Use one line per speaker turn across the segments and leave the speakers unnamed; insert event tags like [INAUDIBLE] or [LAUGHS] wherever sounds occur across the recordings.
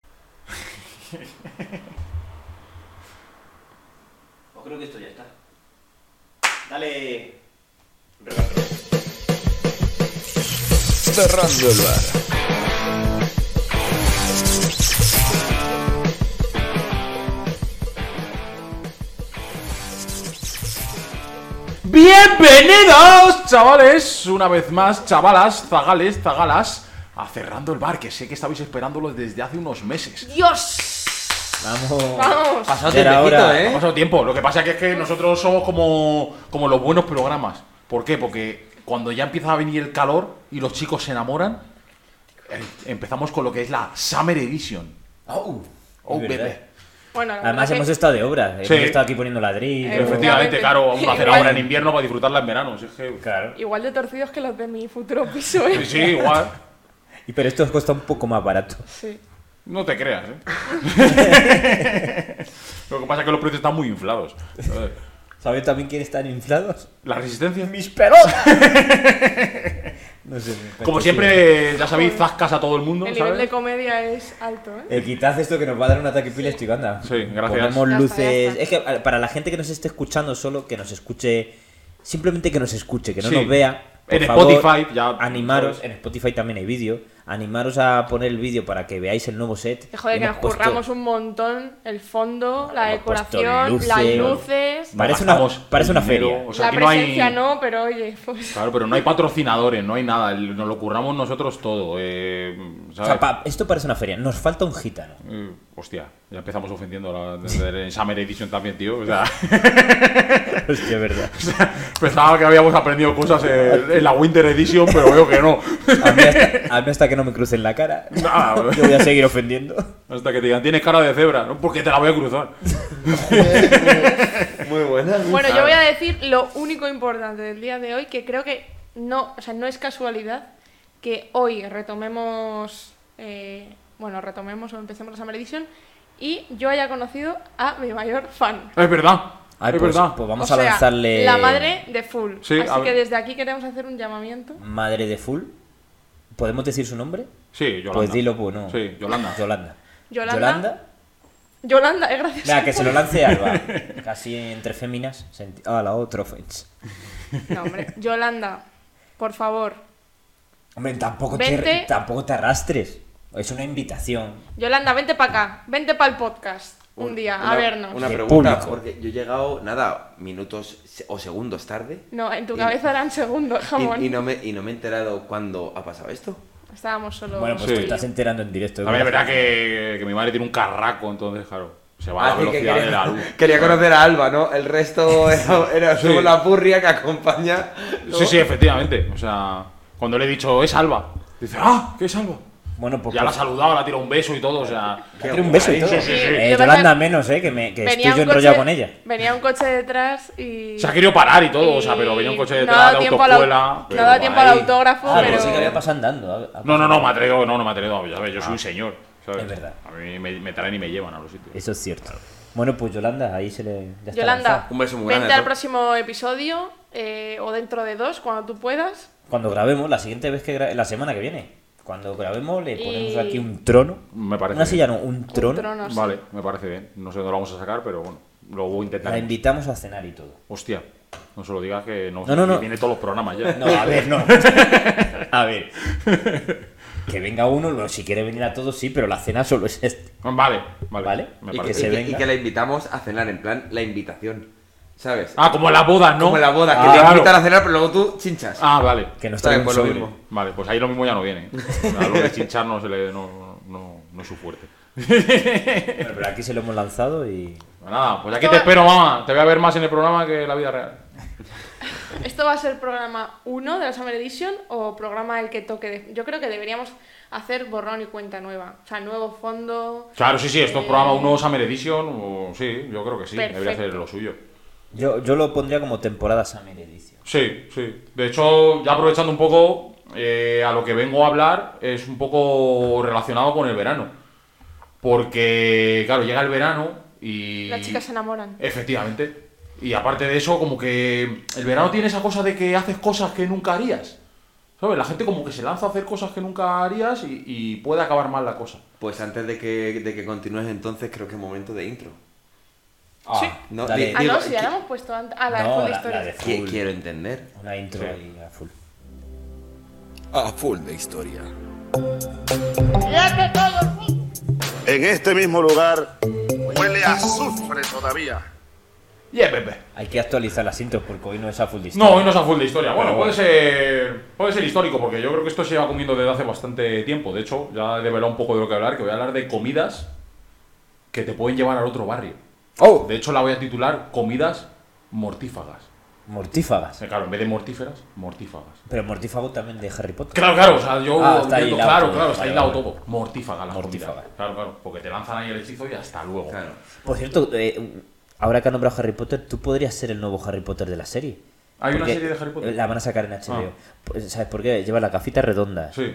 O Pues creo que esto ya está. Dale.
Cerrando el bar.
Bienvenidos, chavales, una vez más, chavalas, zagales, zagalas, a Cerrando el Bar, que sé que estabais esperándolo desde hace unos meses.
¡Dios!
Vamos.
¡Vamos!
Pasado
Ya era
tiempecito,
hora.
Ha
¿eh?
pasado tiempo, lo que pasa que es que nosotros somos como, como los buenos programas. ¿Por qué? Porque cuando ya empieza a venir el calor y los chicos se enamoran, eh, empezamos con lo que es la Summer Edition.
Oh,
Oh,
es
bebé.
verdad.
Bueno, la
Además
verdad
hemos
que-
estado de obra,
Sí.
hemos estado aquí poniendo ladrillos.
Efectivamente,
Efectivamente.
claro, vamos
[LAUGHS]
a hacer
Igual.
ahora en invierno para disfrutarla en verano. si es que-
Claro.
Igual de torcidos que los de mi futuro piso, ¿eh?
Sí, sí, igual.
Y pero esto os cuesta un poco más barato.
Sí.
No te creas,
[LAUGHS]
¿eh? Lo que pasa es que los precios están muy inflados. Eh,
¿Sabéis también quién están inflados?
La resistencia.
Mis pelotas. [LAUGHS] no sé. me
Como
parece
siempre, ya sabéis, zascas a todo el mundo,
El nivel de
¿sabes?
comedia es alto, ¿eh?
que- Eh, quitad esto que nos va a dar un ataque epiléptico, anda.
Sí, gracias.
Ponemos
Ya está,
luces.
ya está.
Es que a- para la gente que nos esté escuchando solo, que nos escuche. Simplemente que nos escuche, que no
Sí.
nos vea. por
En
favor,
Spotify, ya-
Animaros, en Spotify también hay vídeo. Animaros a poner el vídeo para que veáis el nuevo set.
Que Eh, Joder, que
Hemos
nos
puesto-
curramos un montón. El fondo, la
Hemos puesto
decoración, las
luces.
luces.
Vale. Parece
No
una-
gastamos
parece una
dinero,
feria.
o sea,
la
aquí no hay-
presencia no, pero oye, pues.
Claro, pero no hay patrocinadores, no hay nada. el- Nos lo curramos nosotros todo. eh,
O
¿sabes?
sea, pa- esto parece una feria. Nos falta un
[LAUGHS]
gitano.
Eh, hostia, ya empezamos ofendiendo a la, desde el Summer Edition también, tío. O sea, [LAUGHS]
Hostia, es verdad.
pensaba que habíamos aprendido cosas en, en la Winter Edition, pero veo que no. [LAUGHS]
A mí, hasta, a mí hasta que no me crucen la cara, [LAUGHS]
Nada.
yo voy a seguir ofendiendo.
Hasta que te digan, tienes cara de cebra, ¿no? Porque te la voy a cruzar.
Muy buena.
Bueno, yo voy a decir lo único importante del día de hoy, que creo que no, o sea, no es casualidad que hoy retomemos, eh, bueno, retomemos o empecemos la Summer Edition y yo haya conocido a mi mayor fan.
Es verdad.
Ay,
es
pues,
verdad.
pues vamos
O
a
sea,
lanzarle.
La madre de Full.
Sí, a
Así
ver.
que desde aquí queremos hacer un llamamiento.
Madre de Full. ¿Podemos decir su nombre?
Sí, Yolanda.
Pues dilo, pues no.
Sí, Yolanda.
Yolanda.
Yolanda. Yolanda, eh, gracias.
Venga, que se lo lance
[LAUGHS]
Alba. Casi entre féminas. senti- Ah, la otra offense.
No, hombre. Yolanda, por favor.
Hombre, tampoco
Vente.
te, tampoco te arrastres. Es una invitación.
Yolanda, vente para acá. Vente para el podcast un día
Una-
a vernos.
Una
De
pregunta,
público.
porque yo he llegado, nada, minutos se- o segundos tarde
No, en tu
Y-
cabeza eran segundos, jamón.
y, y no me, y no me he enterado cuándo ha pasado esto.
Estábamos solo.
Bueno, pues
Sí.
te estás enterando en directo.
También es verdad que, que mi madre tiene un carraco, entonces, claro, se va a la
Ah, sí, que
velocidad
quería,
de la luz.
quería conocer a Alba, ¿no? El resto era, era
Sí.
solo la purria que acompaña. ¿no?
Sí, sí, efectivamente. O sea, cuando le he dicho, es Alba, dice, ah, ¿qué es Alba?
Bueno, pues.
Ya la ha
pues-
saludado, la ha tirado un beso y todo, o sea...
Qué
Dale un beso y
guay.
todo.
Sí, sí, sí.
Eh,
Yo
Yolanda
venía-
menos, eh, que, me, que estoy
Venía
yo
un coche-
enrollado con ella.
Venía un coche detrás y.
Se ha querido parar y todo, o sea, pero venía un coche
y
detrás
no ha dado
de
tiempo al au-
autoescuela...
No ha dado tiempo al
ahí-
autógrafo,
Ah,
pero.
pensé que había pasado andando. Ha- ha
No, no,
pasado.
no, me ha traído, no, no me ha traído, ya ves, yo soy un señor, ¿sabes?
Ah. Es verdad.
A mí me, me traen y me llevan a los sitios.
Eso es cierto. Bueno, pues Yolanda, ahí se le. ya está
Yolanda,
lanzado.
Un beso muy
vente
grande,
al
¿no?
próximo episodio eh, o dentro de dos, cuando tú puedas.
Cuando grabemos, la siguiente vez que gra- la semana que viene, cuando grabemos le ponemos
Y-
aquí un trono.
Me parece
Una
bien.
silla, no, un trono.
Un trono, sí.
Vale, me parece bien. No sé dónde lo vamos a sacar, pero bueno, luego
La
intentaremos.
invitamos a cenar y todo.
Hostia, no se lo digas que no,
No, no, no.
tiene todos los programas ya.
No, a ver, no. [LAUGHS] A ver. Que venga uno, lo- si quiere venir a todos, sí, pero la cena solo es este.
Vale, vale.
Vale. Y
Me
Y que,
parece.
se
y que-
venga.
y que la invitamos a cenar, en plan, la invitación. ¿Sabes?
Ah, como la boda, ¿no?
Como en la boda, que
Ah,
te
claro.
invitan a cenar, pero luego tú chinchas.
Ah, vale.
Que nos
Vale,
traiga un
pues lo
sobre.
mismo.
Vale, pues ahí lo mismo ya no viene. A lo de chinchar no, se le- no, no- no es su fuerte.
Bueno, pero aquí se lo hemos lanzado y.
Pues Nada, pues aquí te espero, mamá. Te voy a ver más en el programa que en la vida real.
¿Esto va a ser programa 1 de la Summer Edition o programa el que toque? de- Yo creo que deberíamos hacer borrón y cuenta nueva. O sea, nuevo fondo.
Claro, sí, sí, esto es
eh,
programa 1 Summer Edition. O, sí, yo creo que sí. Debería
Perfecto.
hacer lo suyo.
Yo, yo lo pondría como temporada Summer Edition.
Sí, sí. De hecho, ya aprovechando un poco, eh, a lo que vengo a hablar es un poco relacionado con el verano. Porque, claro, llega el verano y...
Las chicas se enamoran.
Eh, Efectivamente. Y aparte de eso, como que el verano tiene esa cosa de que haces cosas que nunca harías. ¿Sabes? La gente como que se lanza a hacer cosas que nunca harías y, y puede acabar mal la cosa.
Pues antes de que, de que continúes entonces, creo que es momento de intro.
Sí.
No,
dale.
di-
Ah,
Digo,
no, si ya
¿qué-
la hemos puesto antes. Ah, la
No,
de
la-
la, historia.
la de-
Qui-
Full.
Quiero entender.
Una intro
Sí.
ahí a full.
a full de historia.
En este mismo lugar huele a azufre todavía.
Yeah, Pepe.
Hay que actualizar las intros porque hoy no es a full disco.
No, hoy no es a full de historia. Bueno,
Pero
puede
bueno.
ser, puede ser histórico, porque yo creo que esto se lleva comiendo desde hace bastante tiempo. De hecho, ya he develado un poco de lo que hablar, que voy a hablar de comidas que te pueden llevar al otro barrio.
¡Oh!
De hecho, la voy a titular Comidas mortífagas.
Mortífagas.
O sea, claro, en vez de mortíferas, mortífagas.
Pero mortífago también de Harry Potter.
Claro, claro, o sea, yo.
Ah, está
entiendo-
aislado
claro,
todo.
claro, está
Vale,
aislado
vale.
todo. Mortífaga la
Mortífaga.
Claro, claro, porque te lanzan ahí el hechizo y hasta luego.
Claro.
Por cierto, eh, ahora que ha nombrado Harry Potter, tú podrías ser el nuevo Harry Potter de la serie.
Hay una
Porque
serie de Harry Potter. Ah.
La van a sacar en HBO. Pues, ¿Sabes por qué? Lleva la cafita redonda
Sí.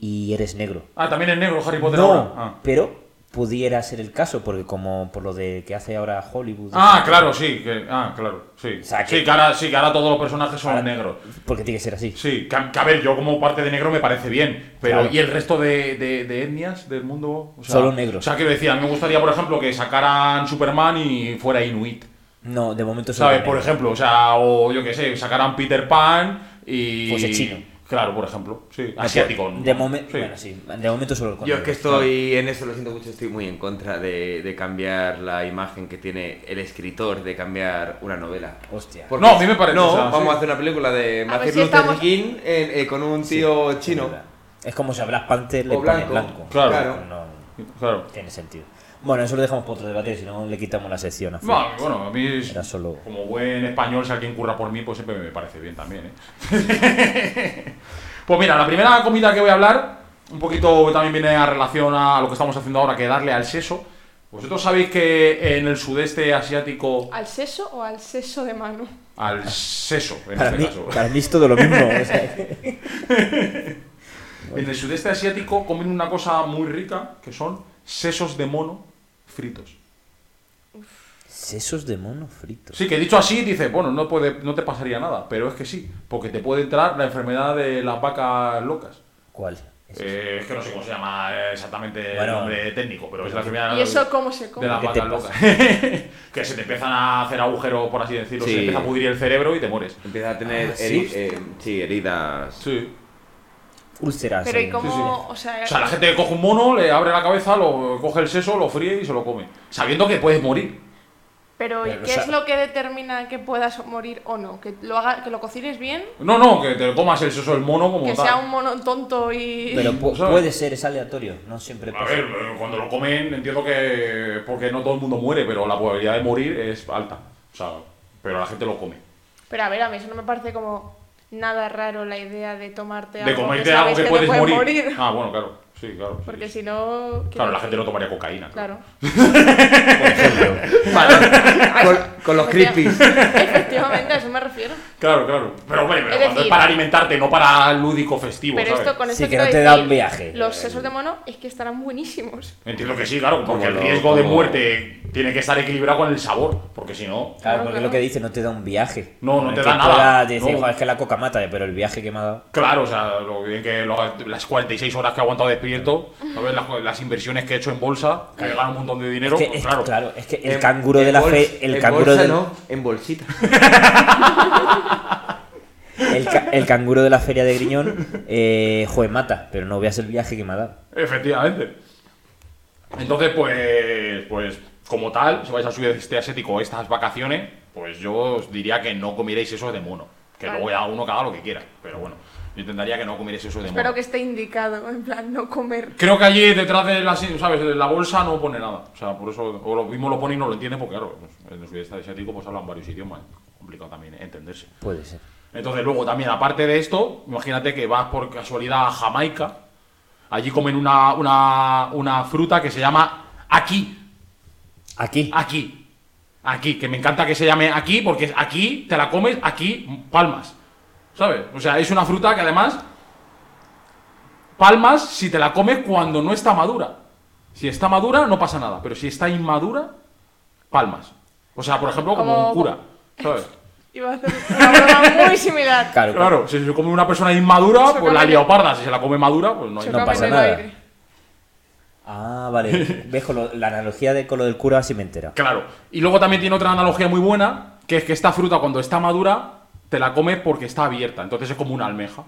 y eres negro.
Ah, también es negro Harry Potter ahora.
No,
Ah.
pero pudiera ser el caso, porque como por lo de que hace ahora Hollywood.
Ah, claro, sí. Que, ah, claro, sí.
O sea,
sí,
que-
que ahora, sí, que ahora todos los personajes son
Ahora-
negros.
Porque tiene que ser así.
Sí, que, a- que a ver, yo como parte de negro me parece bien, pero
Claro.
¿y el resto de, de- de etnias del mundo? O sea,
Solo negros.
O sea, quiero decir, a mí me gustaría, por ejemplo, que sacaran Superman y fuera Inuit.
No, de momento solo
¿Sabes?
negro.
Por ejemplo, o sea, o yo qué sé, sacaran Peter Pan y.
Fuese chino.
Claro, por ejemplo, sí.
No,
Asiático.
por-
¿no?
De, momen-
Sí.
bueno, sí, de momento solo el
Yo es
negro.
que estoy, en eso lo siento mucho, estoy muy en contra de, de cambiar la imagen que tiene el escritor, de cambiar una novela.
Hostia.
Porque-
No, a mí me parece,
No,
o sea,
vamos
sí.
a hacer una película de Martin
si
Luther
estamos-
King en- eh, con un tío chino.
Es como si a Black Panther le
O
pone
blanco.
blanco.
Claro.
No,
Claro.
Tiene sentido. Bueno, eso lo dejamos para otro debate, si no le quitamos la sección. a Fer.
Bueno, bueno, a mí es-
Era solo-
como buen español, si alguien curra por mí, pues siempre me parece bien también, ¿eh?
[LAUGHS]
pues mira, la primera comida que voy a hablar, un poquito también viene a relación a lo que estamos haciendo ahora, que darle al seso. Vosotros sabéis que en el sudeste asiático,
¿Al seso o al seso de Manu?
al seso, en
para,
este
mí,
caso.
para mí es todo lo mismo. o sea,
[LAUGHS] En el sudeste asiático comen una cosa muy rica, que son sesos de mono fritos.
sesos de mono fritos.
Sí, que dicho así, dices, bueno, no, puede, no te pasaría nada, pero es que sí, porque te puede entrar la enfermedad de las vacas locas.
¿Cuál? Es
Eh, es que no sé cómo se llama eh, exactamente
Bueno.
el nombre técnico, pero es la enfermedad
¿Y eso cómo se come?
de las
¿Qué te
vacas locas. [LAUGHS]
pasa?
que se te empiezan a hacer agujeros, por así decirlo, se
Sí.
te empieza a pudrir el cerebro y te mueres.
Empieza a tener
Ah, sí,
heri-
hostia.
eh,
[LAUGHS]
sí, heridas.
Sí.
Úlceras.
Pero ¿y
eh,
cómo?
Sí, sí.
O sea,
O sea, la gente que coge un mono, le abre la cabeza, lo coge el seso, lo fríe y se lo come. Sabiendo que puedes morir.
pero ¿y
Pero, o
qué
sea-
es lo que determina que puedas morir o no? Que lo haga, que lo cocines bien,
No, no, que te comas el seso del mono como
que
tal.
sea un mono tonto y
Pero pu-
¿sabes?
puede ser, es aleatorio. No siempre
A
pasa.
ver, eh, cuando lo comen, entiendo que. Porque no todo el mundo muere, pero la probabilidad de morir es alta. O sea, pero la gente lo come.
Pero a ver, a mí eso no me parece como nada raro la idea de tomarte
de
algo
comerte
que
algo
sabes
que
te
puedes
puede
morir. Ah, bueno, claro. Sí, claro. sí.
Porque si no...
Claro, la gente no tomaría cocaína.
Claro.
[LAUGHS]
Con, con los
[LAUGHS]
creepies.
Efectivamente, a eso me refiero.
Claro, claro. Pero bueno, pero
Es
cuando
decir-
es para alimentarte, no para lúdico festivo,
Pero
¿sabes?
esto con
Sí,
esto
que
quiero
no te da un
decir,
viaje.
Los sesos de mono es que estarán buenísimos.
Entiendo que sí, claro, porque
Como
el
lo-
riesgo de
como-
muerte tiene que estar equilibrado con el sabor, porque si no...
Claro,
Claro,
porque
claro.
lo que dice no te da un viaje.
No, no
es
te
que
da nada.
pueda decir,
No.
"Joder, es que la coca mata, eh, pero el viaje que me ha dado.
Claro, o sea, lo bien que lo- las 46 horas que he aguantado despierto, ¿sabes? Las, las inversiones que he hecho en bolsa, que he ganado un montón de dinero,
es que,
pues
es-
claro.
es que el
En-
canguro
en
de la
bols-
fe. El
en
canguro
bolsa
del,
no, en bolsita.
el, ca- el canguro de la feria de
[LAUGHS]
Griñón, eh, joder, mata, pero no veas el viaje que me ha dado.
Efectivamente. Entonces, pues, pues como tal, si vais a subir este asiático estas vacaciones, pues yo os diría que no comierais esos de mono. Que
Vale.
luego ya uno que haga lo que quiera. Pero bueno, yo intentaría que no comierais esos de
Espero
mono.
que esté indicado, en plan, no comer.
Creo que allí detrás de la, ¿sabes? de la bolsa no pone nada. O sea, por eso, o lo mismo lo pone y no lo entiende, porque claro, pues, en el sudeste asiático pues hablan varios idiomas. Complicado también entenderse.
Puede ser.
Entonces, luego también, aparte de esto, imagínate que vas por casualidad a Jamaica. Allí comen una, una, una fruta que se llama aquí.
Aquí.
Aquí. Aquí. Que me encanta que se llame aquí porque aquí te la comes, aquí palmas. ¿Sabes? O sea, es una fruta que además. Palmas si te la comes cuando no está madura. Si está madura, no pasa nada. Pero si está inmadura, palmas. O sea, por ejemplo, como
Como-
un cura. ¿Sabes?
Iba a hacer una broma muy similar.
Claro,
Ah, Claro, si se come una persona inmadura, pues la
Chocamelo.
leoparda. Si se la come madura, pues no hay
Chocaba
No pasa
en el
nada.
aire.
Ah,
[LAUGHS]
vale. ¿Ves con lo- la analogía de con lo del cura así me entera?
Claro. Y luego también tiene otra analogía muy buena, que es que esta fruta cuando está madura, te la comes porque está abierta. Entonces es como una almeja.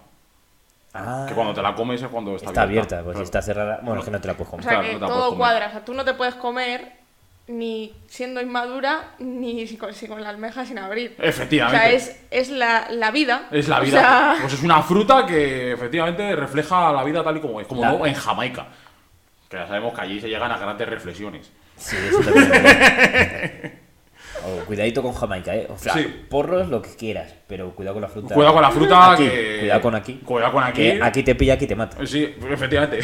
Ah,
Que cuando te la comes es cuando está,
está abierta, pues
Claro.
si está cerrada. Bueno, es que no te la puedes
O
comer.
sea
Claro,
que
no te la puedes
todo
comer.
cuadra. O sea, tú no te puedes comer ni siendo inmadura ni si con, si con la almeja sin abrir. O
Efectivamente.
sea, es, es la, la vida.
Es la
O
vida.
sea,
Pues es una fruta que efectivamente refleja la vida tal y como es. Como
Claro.
no en Jamaica. Que ya sabemos que allí se llegan a grandes reflexiones.
Sí, eso te lo creo. [LAUGHS] Oh, cuidadito con Jamaica, eh. O sea,
Sí.
porros lo que quieras, pero cuidado con la fruta.
Cuidado con la fruta
Aquí,
que-
Cuidado con aquí.
Cuidado con aquí.
Que aquí te pilla, aquí te mata.
Sí, efectivamente.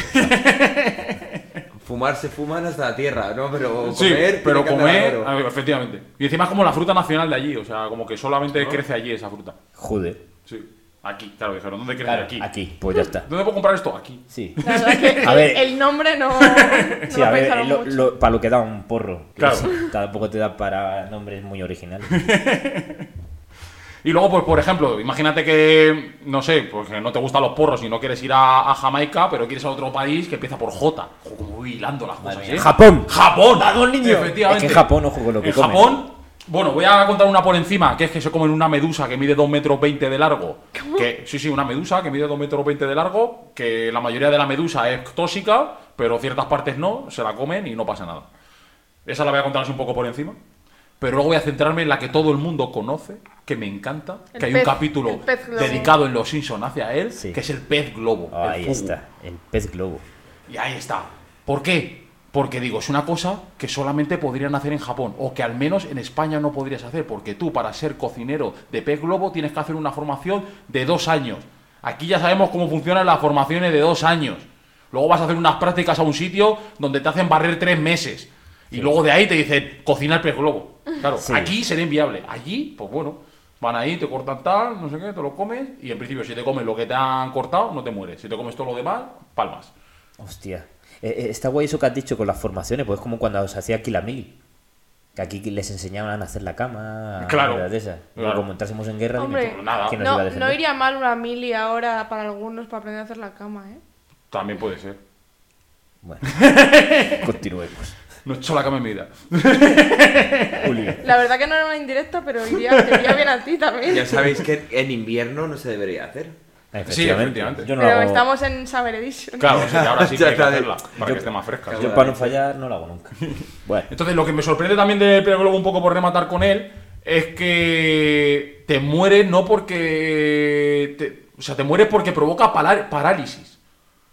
Fumar se fuman hasta la tierra, ¿no? Pero comer.
sí,
tiene
pero
que andar
comer,
raro.
a ver, efectivamente. Y encima es como la fruta nacional de allí, o sea, como que solamente crece allí esa fruta.
Joder.
Sí. Aquí, claro, dijeron, ¿dónde crece
Claro,
aquí?
aquí, pues ya está.
¿Dónde puedo comprar esto? Aquí. [LAUGHS]
Sí.
la verdad que
[LAUGHS] A
el-
ver.
el nombre no, no
[LAUGHS] Sí,
lo
a ver,
pensaron
es lo-
mucho.
lo- para lo que da un porro. que
Claro.
es- tampoco te da para nombres muy
[LAUGHS]
originales.
Y luego, pues, por ejemplo, imagínate que, no sé, porque no te gustan los porros y no quieres ir a, a Jamaica, pero quieres a otro país que empieza por J. Ojo, Como voy hilando las cosas,
mía.
¿eh?
¡Japón!
¡Japón!
¡Vamos, niño!
Efectivamente.
Es que en Japón, ojo con lo que
En
comen.
Japón, bueno, voy a contar una por encima, que es que se comen una medusa que mide 2 metros 20 de largo. Que, sí, sí, una medusa que mide 2 metros 20 de largo, que la mayoría de la medusa es tóxica, pero ciertas partes no, se la comen y no pasa nada. Esa la voy a contar así un poco por encima. Pero luego voy a centrarme en la que todo el mundo conoce, que me encanta,
El
que hay
pez-
un capítulo
el pez globo.
dedicado en Los Simpsons hacia él,
Sí.
que es el pez globo. el
Ahí
fugu.
está, el pez globo.
Y ahí está. ¿Por qué? Porque digo, es una cosa que solamente podrían hacer en Japón, o que al menos en España no podrías hacer, porque tú para ser cocinero de pez globo tienes que hacer una formación de dos años. Aquí ya sabemos cómo funcionan las formaciones de dos años. Luego vas a hacer unas prácticas a un sitio donde te hacen barrer tres meses. Y luego de ahí te dicen, cocinar pez globo. Claro,
Sí.
aquí sería inviable. Allí, pues bueno, van ahí, te cortan tal, no sé qué, te lo comes. Y en principio, si te comes lo que te han cortado, no te mueres. Si te comes todo lo demás, palmas.
Hostia. Eh, eh, está guay eso que has dicho con las formaciones, pues es como cuando se hacía Kill la Mil. Que aquí les enseñaban a hacer la cama, a
Claro,
cosas de esas. Pero
claro.
como entrásemos en guerra, dime
Hombre,
tú,
Pues nada.
¿quién nos iba a
no,
defender?
no iría mal una mili ahora para algunos para aprender a hacer la cama, ¿eh?
También puede ser.
[LAUGHS]
Bueno, continuemos.
No he hecho la cama en mi vida.
Julio.
La verdad que no era una indirecta, pero iría, te iría bien a ti también.
Ya sabéis que en invierno no se debería hacer.
efectivamente.
Ah, Yo no
pero
hago-
estamos en Summer Edition.
Claro, sí, ahora
[LAUGHS]
sí que
Ya
hay que
está.
hacerla para
Yo-
que esté más fresca.
Yo para no fallar no lo hago
[LAUGHS]
nunca. Bueno,
Entonces, lo que me sorprende también del Pedro Globo un poco por rematar con él es que te mueres no porque. te- o sea, te mueres porque provoca palar- parálisis.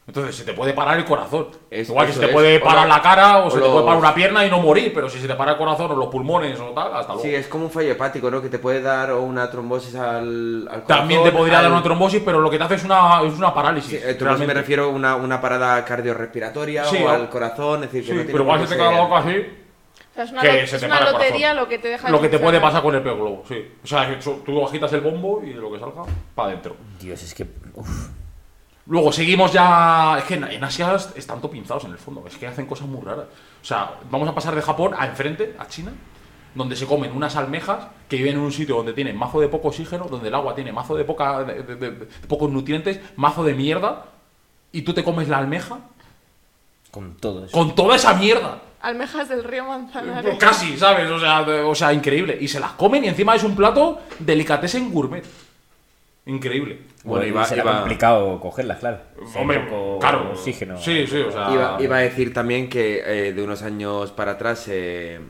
Entonces, se te puede parar el corazón.
Es-
Igual que
eso
se te
es.
puede
O
parar
la-
la cara o,
o
se te puede parar
los-
una pierna y no morir, pero si se te para el corazón o los pulmones o tal, hasta luego.
Sí, es como un fallo hepático, ¿no? Que te puede dar o una trombosis al, al
También te
corazón,
podría dar
al-
una trombosis, pero lo que te hace es una, es una parálisis.
Sí, eh, trombosis
realmente.
me refiero a una, una parada cardiorrespiratoria
Sí,
o
o-
al corazón, es decir, que
Sí,
no tiene
pero igual
por
se te
qué
queda
ser-
loco así.
O sea, es una,
Que
lo-
se
es
te
una
para el
lotería
corazón.
lo que te deja
Lo que te puede
decepcionado.
pasar con el pez globo, sí. O sea, que tú- tú agitas el bombo y lo que salga, para adentro.
Dios, es que. uf,
Luego seguimos ya. Es que en, en Asia es- están topinzados en el fondo. Es que hacen cosas muy raras. O sea, vamos a pasar de Japón a enfrente, a China, donde se comen unas almejas que viven en un sitio donde tienen mazo de poco oxígeno, donde el agua tiene mazo de, poca, de- de- de- de pocos nutrientes, mazo de mierda, y tú te comes la almeja
con todo eso.
con toda esa mierda.
Almejas del río
[LAUGHS]
Manzanares.
Pues casi, ¿sabes? O sea, de- o sea, increíble. Y se las comen y encima es un plato delicatessen gourmet. Increíble.
Bueno,
Bueno, iba-
será
iba-
complicado cogerlas, claro. Hay
Hombre,
poco
claro.
Oxígeno.
Sí, sí, o sea.
Iba, iba a decir también que eh, de unos años para atrás se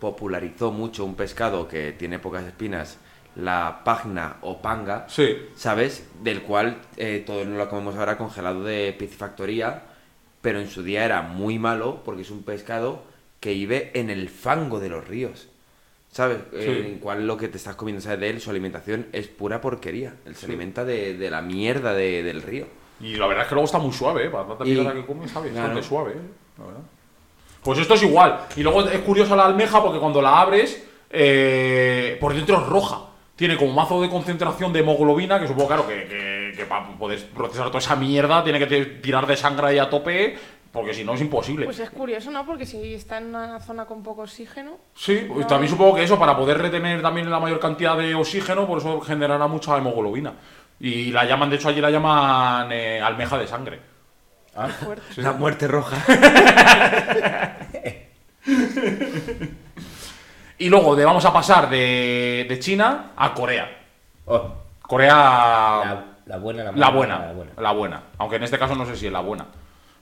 popularizó mucho un pescado que tiene pocas espinas, la pagna o panga,
Sí.
¿sabes? Del cual eh, todos nos lo comemos ahora congelado de piscifactoría, pero en su día era muy malo porque es un pescado que vive en el fango de los ríos. ¿Sabes? Eh, En el cual lo que te estás comiendo, ¿sabes? De él, su alimentación es pura porquería. Él se alimenta de, de la mierda de- del río.
Y la verdad es que luego está muy suave, ¿eh? Para tanta
Y-
mierda que come, está bien,
claro.
bastante suave, ¿eh? La verdad. Pues esto es igual. Y luego es curiosa la almeja porque cuando la abres, eh, por dentro es roja. Tiene como mazo de concentración de hemoglobina, que supongo, claro, que, que, que para poder procesar toda esa mierda tiene que te- tirar de sangre ahí a tope Porque si no es imposible.
Pues es curioso, ¿no? Porque si está en una zona con poco oxígeno,
Sí, pues también supongo que eso, para poder retener también la mayor cantidad de oxígeno, por eso generará mucha hemoglobina. Y la llaman, de hecho, allí la llaman eh, almeja de sangre.
fuerte.
La muerte roja.
Y luego de- vamos a pasar de, de China a Corea.
Oh,
Corea.
la, la buena, la,
La
mala,
buena,
la buena.
la buena. Aunque en este caso no sé si es la buena.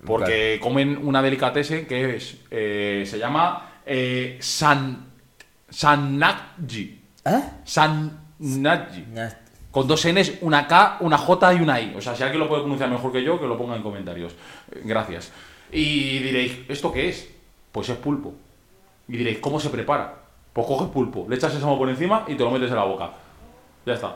Porque comen una delicatessen que es, eh, se llama eh, san, sannakji.
¿Ah?
Sannakji.
Nas-
Con dos N's, una K, una J y una I. O sea, si alguien lo puede pronunciar mejor que yo, que lo ponga en comentarios. Eh, Gracias. Y diréis, ¿esto qué es? Pues es pulpo. Y diréis, ¿cómo se prepara? Pues coges pulpo, le echas sésamo por encima y te lo metes en la boca. Ya está.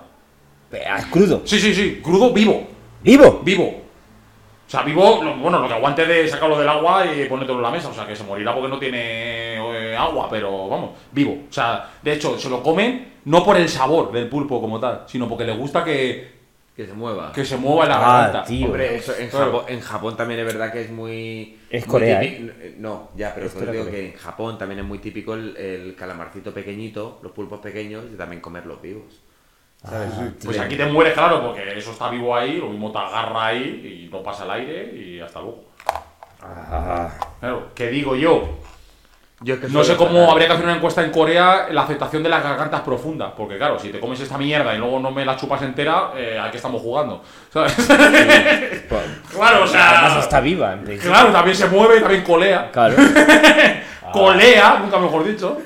Ah, es crudo.
Sí, sí, sí, crudo vivo.
¡Vivo!
Vivo. O sea, vivo, lo- bueno, lo que aguante de sacarlo del agua y ponértelo en la mesa. O sea, que se morirá porque no tiene eh, agua, pero vamos, vivo. O sea, de hecho, se lo comen no por el sabor del pulpo como tal, sino porque les gusta que,
Que se mueva.
que se mueva la
Ah,
garganta.
tío.
Hombre, eso en,
Claro.
Japón, en Japón también es verdad que es muy.
Es
muy
Corea,
típico- No, ya, pero
Es
os digo
Corea.
que en Japón también es muy típico el, el calamarcito pequeñito, los pulpos pequeños y también comerlos vivos. ¿Sabes?
Pues aquí te mueres, claro, porque eso está vivo ahí, lo mismo te agarra ahí y no pasa el aire y hasta luego.
Ah,
Claro, ¿qué digo yo?
Yo es que
No
soy
sé
de
cómo
Canarias.
habría que hacer una encuesta en Corea en la aceptación de las gargantas profundas, porque claro, si te comes esta mierda y luego no me la chupas entera, eh, ¿a qué estamos jugando? ¿Sabes? [LAUGHS]
pues,
claro, o
además
sea...
está viva, en principio.
Ah. Claro, también se mueve, y también colea.
Claro. Ah.
Colea, nunca
[LAUGHS]
mejor dicho.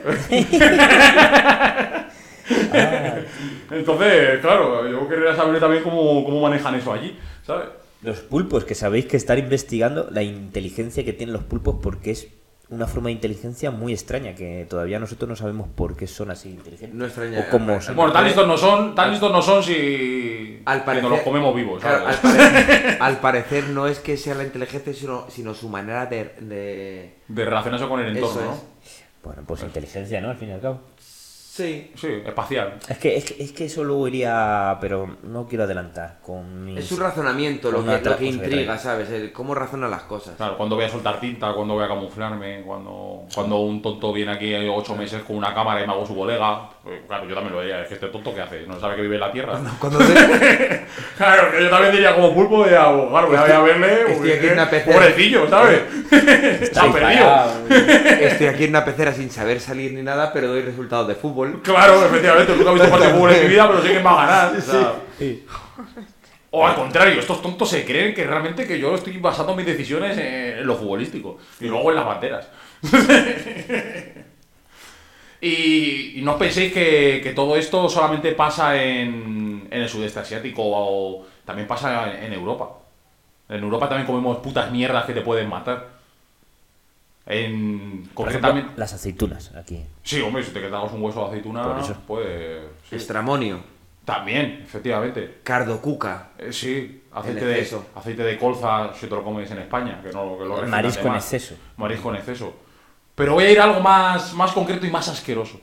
Entonces, claro, yo querría saber también cómo, cómo manejan eso allí, ¿sabes?
Los pulpos, que sabéis que están investigando la inteligencia que tienen los pulpos porque es una forma de inteligencia muy extraña que todavía nosotros no sabemos por qué son así inteligentes.
No extraña.
O cómo
al-
son.
Bueno, tan
al-
listos no son, tan listos no son si,
Al
si
parecer,
nos los comemos vivos.
Claro, al,
¿sabes?
parecer, al parecer no es que sea la inteligencia, sino, sino su manera de. de-
De relacionarse con el entorno,
Eso
¿no?
es.
Bueno, pues inteligencia, ¿no? Al fin y al cabo.
Sí.
Sí, espacial.
Es que, es que, es que eso luego iría, pero no quiero adelantar con mis...
Es un razonamiento lo
Una
que, lo
otra
que
cosa que
intriga,
traigo.
¿sabes? El cómo razonan
[LAUGHS]
las cosas.
Claro, cuando voy a soltar tinta, cuando voy a camuflarme, cuando, cuando un tonto viene aquí ocho meses con una cámara y me hago su colega. Eh, Claro, yo también lo diría, es que este tonto ¿qué hace, no sabe que vive en la Tierra.
Cuando te-
[LAUGHS] Claro, que yo también diría como pulpo de abogar, voy a, voy a verle.
estoy
porque,
aquí en una pecera.
Pobrecillo,
[LAUGHS]
¿sabes? Está perdido.
estoy aquí en una pecera sin saber salir ni nada, pero doy resultados de fútbol.
Claro, efectivamente, nunca he visto parte de fútbol en mi vida, pero sé quién va a ganar. o sea. O al contrario, estos tontos se creen que realmente que yo estoy basando mis decisiones en lo futbolístico y luego en las banderas. [LAUGHS] y, y no penséis que, que todo esto solamente pasa en, en el sudeste asiático o también pasa en, en Europa. En Europa también comemos putas mierdas que te pueden matar. En
Por ejemplo,
concretamente.
Las aceitunas, aquí.
Sí, hombre, si te quedamos un hueso de aceituna,
Por eso.
pues. sí.
Estramonio,
También, efectivamente.
cardocuca,
Eh, sí, aceite
En
de,
exceso.
aceite de colza si te lo comes en España, que no que lo reciban
Marisco
de
en
más.
exceso.
Marisco en exceso. Pero voy a ir a algo más, más concreto y más asqueroso.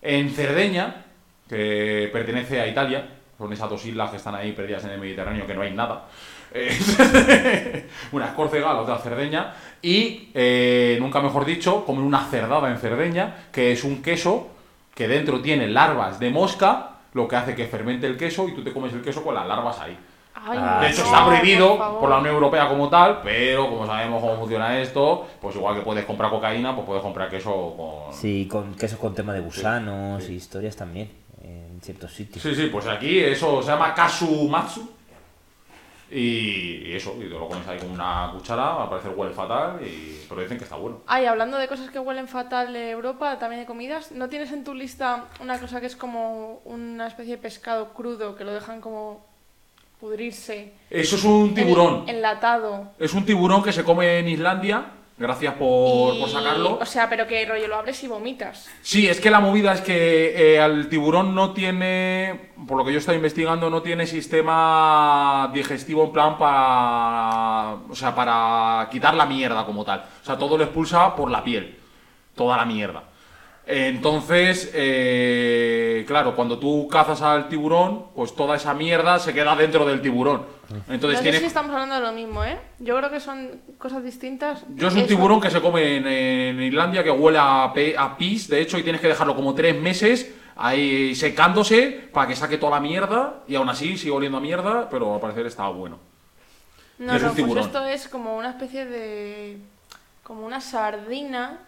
En Cerdeña, que pertenece a Italia, son esas dos islas que están ahí perdidas en el Mediterráneo, que no hay nada. eh, [LAUGHS] una es Córcega, la otra es Cerdeña. Y, eh, nunca mejor dicho, comen una cerdada en Cerdeña, que es un queso que dentro tiene larvas de mosca, lo que hace que fermente el queso y tú te comes el queso con las larvas ahí.
Ay,
Ah,
De
sí.
hecho,
no,
está prohibido
favor.
por la Unión Europea como tal, pero como sabemos cómo funciona esto, pues igual que puedes comprar cocaína, pues puedes comprar queso con...
Sí, con quesos con tema de gusanos y historias también, en ciertos sitios.
sí, sí, pues aquí eso se llama kasumatsu. Y, y eso, y te lo comes ahí con una cuchara, al parecer huele fatal, y, pero dicen que está bueno.
Ay, hablando de cosas que huelen fatal de Europa, también de comidas, ¿no tienes en tu lista una cosa que es como una especie de pescado crudo que lo dejan como pudrirse?
Eso es un tiburón.
En- enlatado.
Es un tiburón que se come en Islandia. Gracias por, por
Y-
sacarlo.
O sea, pero que rollo lo abres y vomitas.
Sí, es que la movida es que eh, al tiburón no tiene, por lo que yo estoy investigando, no tiene sistema digestivo en plan para, o sea, para quitar la mierda como tal. O sea, todo lo expulsa por la piel, toda la mierda. Entonces, eh, claro, cuando tú cazas al tiburón, pues toda esa mierda se queda dentro del tiburón. Entonces
no sé
tienes.
si estamos hablando de lo mismo, ¿eh? Yo creo que son cosas distintas.
Yo es un tiburón que se come en, en Islandia que huele a, pe- a pis, de hecho, y tienes que dejarlo como tres meses ahí secándose para que saque toda la mierda y aún así sigue oliendo a mierda, pero al parecer estaba bueno.
No,
es un
no, pues
tiburón.
esto es como una especie de. como una sardina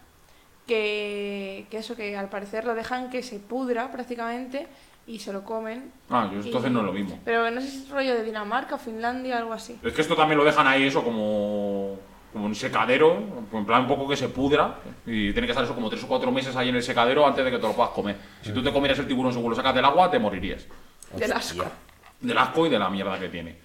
que, que eso, que al parecer lo dejan que se pudra prácticamente y se lo comen.
Ah, yo- entonces
Y-
no es lo mismo.
Pero no sé si es rollo de Dinamarca, Finlandia, algo así.
Es que esto también lo dejan ahí eso como, como un secadero, en plan un poco que se pudra y tiene que estar eso como tres o cuatro meses ahí en el secadero antes de que te lo puedas comer. Si tú te comieras el tiburón según lo sacas del agua, te morirías.
Del asco.
del asco y de la mierda que tiene.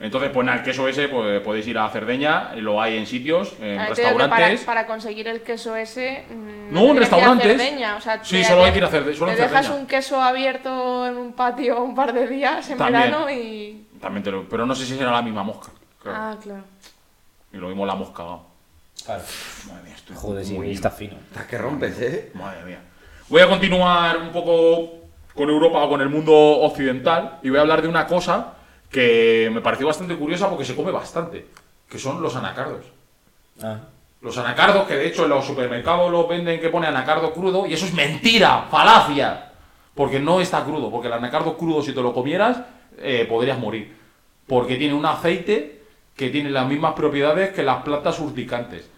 Entonces, pues nada, el queso ese, pues podéis ir a Cerdeña, lo hay en sitios, en
Claro, te digo que
restaurantes.
Para, para conseguir el queso ese. mm,
No, en
tienes que ir a
restaurantes.
Cerdeña, o sea,
Sí,
te-
solo hay
te-
que ir a Cerde- solo
Te
en
dejas
Cerdeña.
un queso abierto en un patio un par de días en
También.
verano y.
También te lo- pero no sé si será la misma mosca. claro.
Ah, claro.
Y lo mismo la mosca. ¿no?
Claro.
Madre mía, estoy
Joder, sí,
muy-
está fino.
Estás que rompes, ¿eh?
Madre mía. Voy a continuar un poco con Europa o con el mundo occidental y voy a hablar de una cosa que me pareció bastante curiosa porque se come bastante, que son los anacardos.
Ah.
Los anacardos, que de hecho en los supermercados los venden que pone anacardo crudo, y eso es mentira, falacia. Porque no está crudo, porque el anacardo crudo, si te lo comieras, eh, podrías morir. Porque tiene un aceite que tiene las mismas propiedades que las plantas urticantes.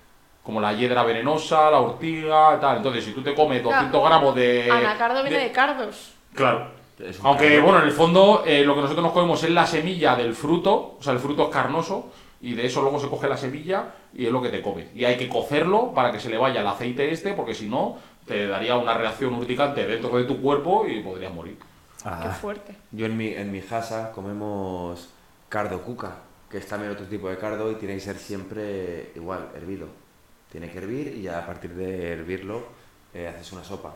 Como la hiedra venenosa, la ortiga, tal. Entonces, si tú te comes
Claro.
200 gramos Eh, de...
Anacardo viene de, cardos.
Claro.
Es un
Aunque,
cardo.
bueno, en el fondo eh, lo que nosotros nos comemos es la semilla del fruto, o sea, el fruto es carnoso, y de eso luego se coge la semilla y es lo que te comes. Y hay que cocerlo para que se le vaya el aceite este, porque si no, te daría una reacción urticante dentro de tu cuerpo y podrías morir.
Qué
Ah.
fuerte.
Yo en mi, en mi casa comemos cardo cuca, que es también otro tipo de cardo y tiene que ser siempre igual, hervido. Tiene que hervir y ya a partir de hervirlo eh, haces una sopa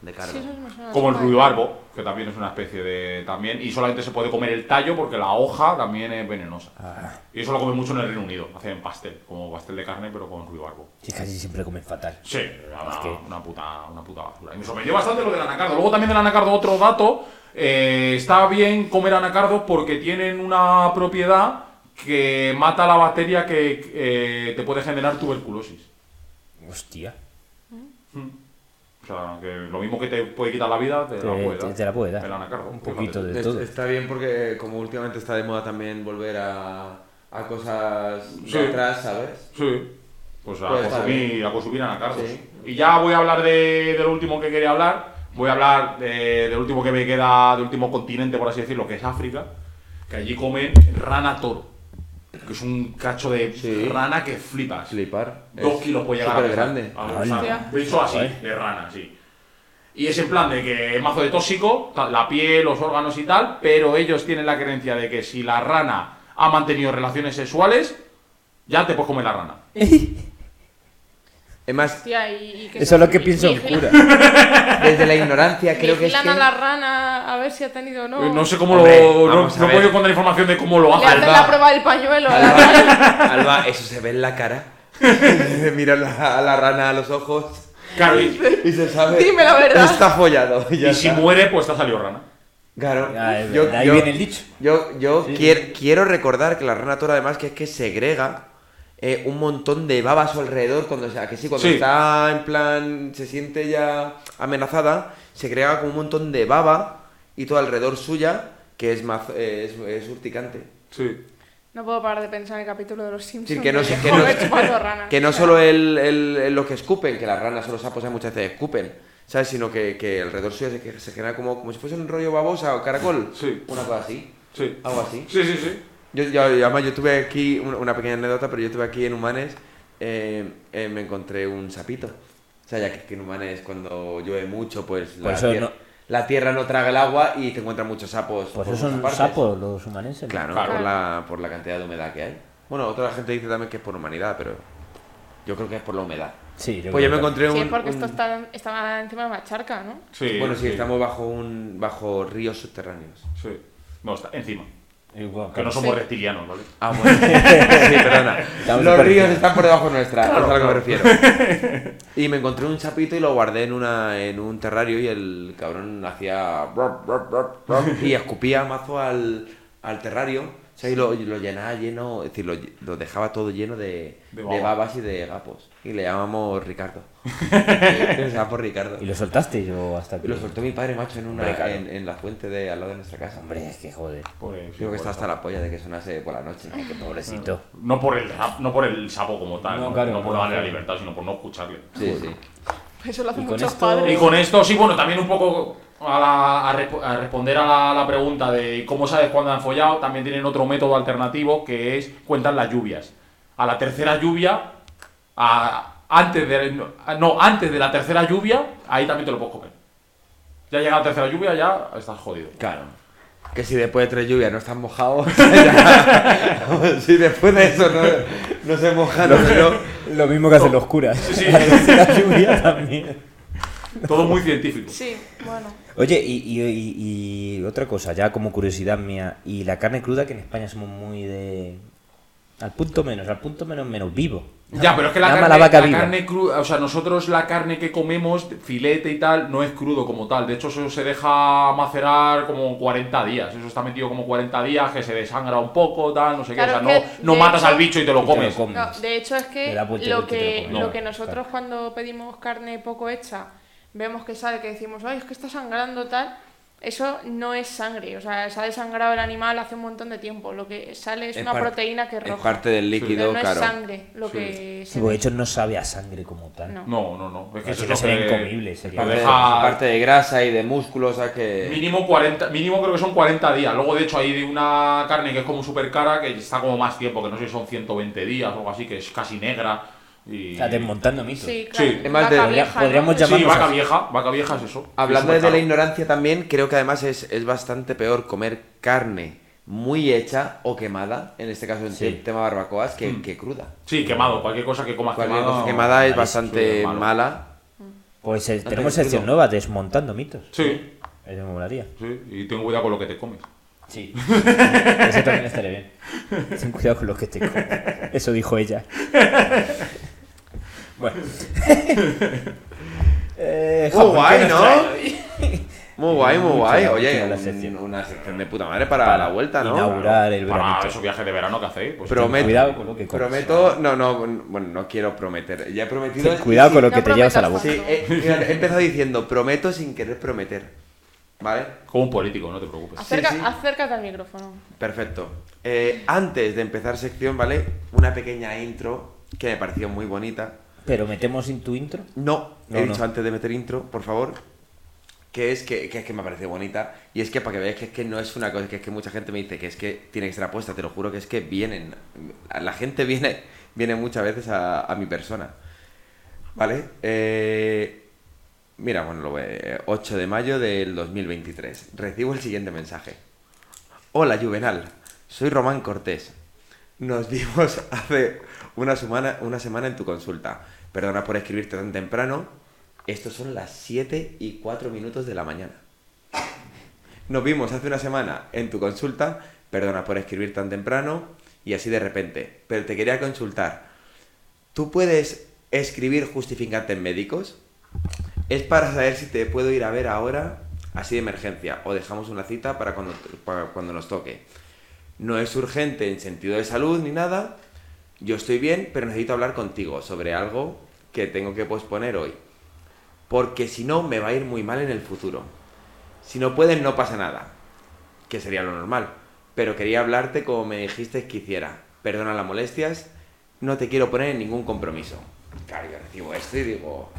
de cardo.
Sí, eso me suena
Como el
bastante.
ruibarbo, que también es una especie de... también Y solamente se puede comer el tallo porque la hoja también es venenosa.
Ah.
Y eso lo comen mucho en el Reino Unido, hacen pastel, como pastel de carne, pero con ruibarbo.
Sí, casi siempre comen fatal.
Sí, una,
Eh, Es que-
una puta, una puta basura. Y me sorprendió bastante lo del anacardo. Luego también del anacardo otro dato. eh, está bien comer anacardo porque tienen una propiedad que mata la bacteria que eh, te puede generar tuberculosis.
Hostia.
O sea, que lo mismo que te puede quitar la vida, te, la
Te-
puede
te-
dar.
te la puede dar.
El anacardo.
Un
fíjate.
poquito de
Es-
todo.
Está bien porque como últimamente está de moda también volver a, a cosas de
Sí.
atrás, ¿sabes?
Sí. Pues a,
Pues,
consumir, a consumir anacardos.
Sí.
Y ya voy a hablar de, del último que quería hablar. Voy a hablar de- del último que me queda, del último continente, por así decirlo, que es África. Que allí comen rana toro. Que es un cacho de
Sí.
rana que flipas.
Flipar.
Dos
Es
kilos puede llegar a
súper
pesar. Ah,
grande.
A
Hola.
pesar. De hecho, así,
Joder.
de rana, sí. Y es en plan de que es mazo de tóxico, ta- la piel, los órganos y tal, pero ellos tienen la creencia de que si la rana ha mantenido relaciones sexuales, ya te puedes comer la rana.
Es más,
Hostia, y- y que
Eso es
se-
lo que
vi-
pienso en
vigila-
cura.
[LAUGHS]
desde la ignorancia creo que es
Vigilan
que...
a la rana a ver si ha tenido o no.
Eh, No sé cómo
Hombre,
lo. No,
vamos a
no he
ver.
podido encontrar información de cómo lo
Le hacen
hacen.
Alba.
la prueba del pañuelo. a la rana.
Alba, [LAUGHS] Alba, eso se ve en la cara. [LAUGHS] Mira la- a la rana a los ojos
Claro, y,
y se sabe.
Dime la verdad.
Está follado. y ya
y si
está.
muere, pues te ha salido rana.
Claro.
Ah, es verdad, ahí viene el dicho.
Yo, yo quier- quiero recordar que la rana tora, además, que es que segrega eh, un montón de baba a su alrededor. Cuando, o sea, que sí, cuando
Sí.
está en plan, se siente ya amenazada, segrega con un montón de baba y todo alrededor suya, que es, más, es, es urticante.
Sí.
No puedo parar de pensar en el capítulo de los Simpsons.
Sí, que no,
de
que no-
Homer chupando ranas.
que no solo el, el- el- los que escupen, que las ranas o los sapos ¿sabes? muchas veces escupen, ¿sabes? Sino que, que alrededor suyo se, que se genera como, como si fuese un rollo babosa o caracol.
Sí.
Una cosa así.
Sí.
Algo así.
Sí, sí, sí.
Yo, yo- además, yo tuve aquí un- una pequeña anécdota, pero yo tuve aquí en Humanes, eh, eh, me encontré un sapito. O sea, ya que, que en Humanes cuando llueve mucho, pues
Por
la,
eso
tier-
no-
la tierra no traga el agua y te encuentran muchos sapos.
Pues
por
eso son
muchas partes.
sapos los humanenses. ¿no?
Claro,
Claro.
Por, la, por la cantidad de humedad que hay. Bueno, otra gente dice también que es por humanidad, pero yo creo que es por la humedad.
Sí, yo
pues
creo
yo me
que-
encontré un...
Sí, porque esto
un-
está, estaba encima de una charca, ¿no?
Sí.
Bueno, sí, estamos bajo, un, bajo ríos subterráneos.
Sí. No, está encima.
Igual,
Que no
claro.
somos
Sí.
reptilianos, ¿vale?
Ah,
[LAUGHS]
bueno. sí, perdona.
Estamos
Los
súper
ríos
bien.
están por debajo nuestra, es a lo que me refiero. [LAUGHS] Y me encontré un sapito y lo guardé en, una, en un terrario y el cabrón hacía... brr, brr, brr, brr, y escupía mazo al, al terrario O sea, y lo, y lo llenaba lleno, es decir, lo, lo dejaba todo lleno de,
De
de,
baba.
babas y de gapos. Y le llamamos [LAUGHS] Ricardo. Eh, Le llamamos Ricardo.
¿Y lo soltaste yo hasta
Y
que.?
lo soltó mi padre, macho, en una
Hombre, claro.
en, en la fuente de al lado de nuestra casa.
Hombre, es que joder.
Pobre-
Creo que está hasta la polla de que sonase por la noche.
Pobrecito.
No por el rap- no por el sapo como tal,
No,
no,
claro,
No por
no,
darle la
claro.
libertad, sino por no escucharle.
Sí, sí.
[LAUGHS] Eso lo hacen
Y con
muchos
esto-
Y
padres.
con esto, sí, bueno, también un poco a, la- a resp- a responder a la, la pregunta de cómo sabes cuándo han follado, también tienen otro método alternativo que es cuentan las lluvias. A la tercera lluvia, a- antes de, no, antes de la tercera lluvia, ahí también te lo puedes comer. Ya llega la tercera lluvia, ya estás jodido.
Claro. Que si después de tres lluvias no estás mojado. [LAUGHS] ya- [LAUGHS] si después de eso no, no se moja, no, no.
Lo mismo que hacen los curas.
sí.
La [LAUGHS] lluvia también.
Todo muy científico.
Sí, bueno.
Oye, y, y- y- y otra cosa, ya como curiosidad mía, y la carne cruda, que en España somos muy de. Al punto menos, al punto menos, menos vivo.
Ya, pero es que la
Llama
carne,
a la vaca
la
viva.
carne cruda, o sea, nosotros la carne que comemos, filete y tal, no es crudo como tal. De hecho, eso se deja macerar como 40 días. Eso está metido como 40 días, que se desangra un poco, tal, no sé qué.
Claro,
O sea,
es que,
no, no
de
matas
hecho-
al bicho y te
Y
lo
te lo
comes.
comes.
No, de hecho es que
Mm. Le da vuelta y
lo
vuelta y te
que,
lo
lo,
comes.
que
No,
nosotros
claro.
cuando pedimos carne poco hecha, vemos que sale, que decimos, ay, es que está sangrando tal, eso no es sangre, o sea, se ha desangrado el animal hace un montón de tiempo, lo que sale es, una
par-
proteína que es
Es
roja,
parte del líquido,
pero no
claro.
es sangre lo que
Sí,
se
porque de
ve.
hecho no sabe a sangre como tal.
No.
No, no, no. Es que
Pero
eso
si no
es lo
sería
que-
incomible, sería-
lo
Parte de,
deja-
parte de grasa y de músculo, o sea que.
Mínimo 40, mínimo creo que son 40 días. Luego, de hecho, hay de una carne que es como súper cara, que está como más tiempo, que no sé si son 120 días o algo así, que es casi negra. Y...
O sea, desmontando mitos.
Sí,
Sí.
claro.
Es
más de-
vaca
podría-
vieja,
podríamos
¿no?
llamar-
Sí,
llamarnos
vaca
así.
vieja, vaca vieja es eso.
Hablando
Es
de la
supercaro.
ignorancia también, creo que además es, es bastante peor comer carne muy hecha o quemada, en este caso en
Sí.
el tema barbacoas, que, que cruda.
Sí, quemado, cualquier cosa que comas
Cualquier
quemado.
cosa Mm. Ah, quemada es
Vale,
bastante
súper malo.
mala.
Pues eh,
te
tenemos
digo.
sección nueva, desmontando mitos.
Sí,
Eso me molaría.
sí, y ten cuidado con lo que te comes.
Sí. [LAUGHS] Eso también estaría bien. Ten cuidado con lo que te comes. Eso dijo ella. Bueno. Eh,
Muy
Juan,
Uh, guay,
¿qué nos
¿no?
traes?
[LAUGHS] Muy guay, muy
Mucho,
guay.
mucho
Oye,
la
un-
sección.
una sección de puta madre para, la vuelta, ¿no?
Inaugurar el
Para
veranito.
esos viajes de verano que hacéis, pues
Prometo,
cuidado con lo que comes.
prometo, no, no, bueno, no quiero prometer. Ya he prometido.
Ten cuidado con lo
No
que te llevas a la boca.
prometas
Sí, he, fíjate, he empezado diciendo prometo sin querer prometer. ¿Vale?
como un político, no te preocupes.
Acerca-
sí.
Acércate al micrófono.
Perfecto. Eh, antes de empezar sección, ¿vale? Una pequeña intro que me pareció muy bonita.
Pero metemos en tu intro.
No,
No,
he
no.
dicho antes de meter intro, por favor. Que es que, que es que me pareció bonita. Y es que para que veáis que es que no es una cosa, que es que mucha gente me dice que es que tiene que estar apuesta, te lo juro que es que vienen. La gente viene, viene muchas veces a, a mi persona. ¿Vale? Eh, mira, bueno, lo voy a- 8 de mayo del 2023. Recibo el siguiente mensaje. Hola, Juvenal. Soy Román Cortés. Nos vimos [LAUGHS] hace una semana, una semana en tu consulta. Perdona por escribirte tan temprano. Estos son las 7 y 4 minutos de la mañana. Nos vimos hace una semana en tu consulta. Perdona por escribir tan temprano y así de repente. Pero te quería consultar. ¿Tú puedes escribir justificantes médicos? Es para saber si te puedo ir a ver ahora, así de emergencia, o dejamos una cita para cuando, para cuando nos toque. No es urgente en sentido de salud ni nada. Yo estoy bien, pero necesito hablar contigo sobre algo que tengo que posponer hoy. Porque si no, me va a ir muy mal en el futuro. Si no puedes, no pasa nada. Que sería lo normal. Pero quería hablarte como me dijiste que hiciera. Perdona las molestias. No te quiero poner en ningún compromiso. Claro, yo recibo esto y digo...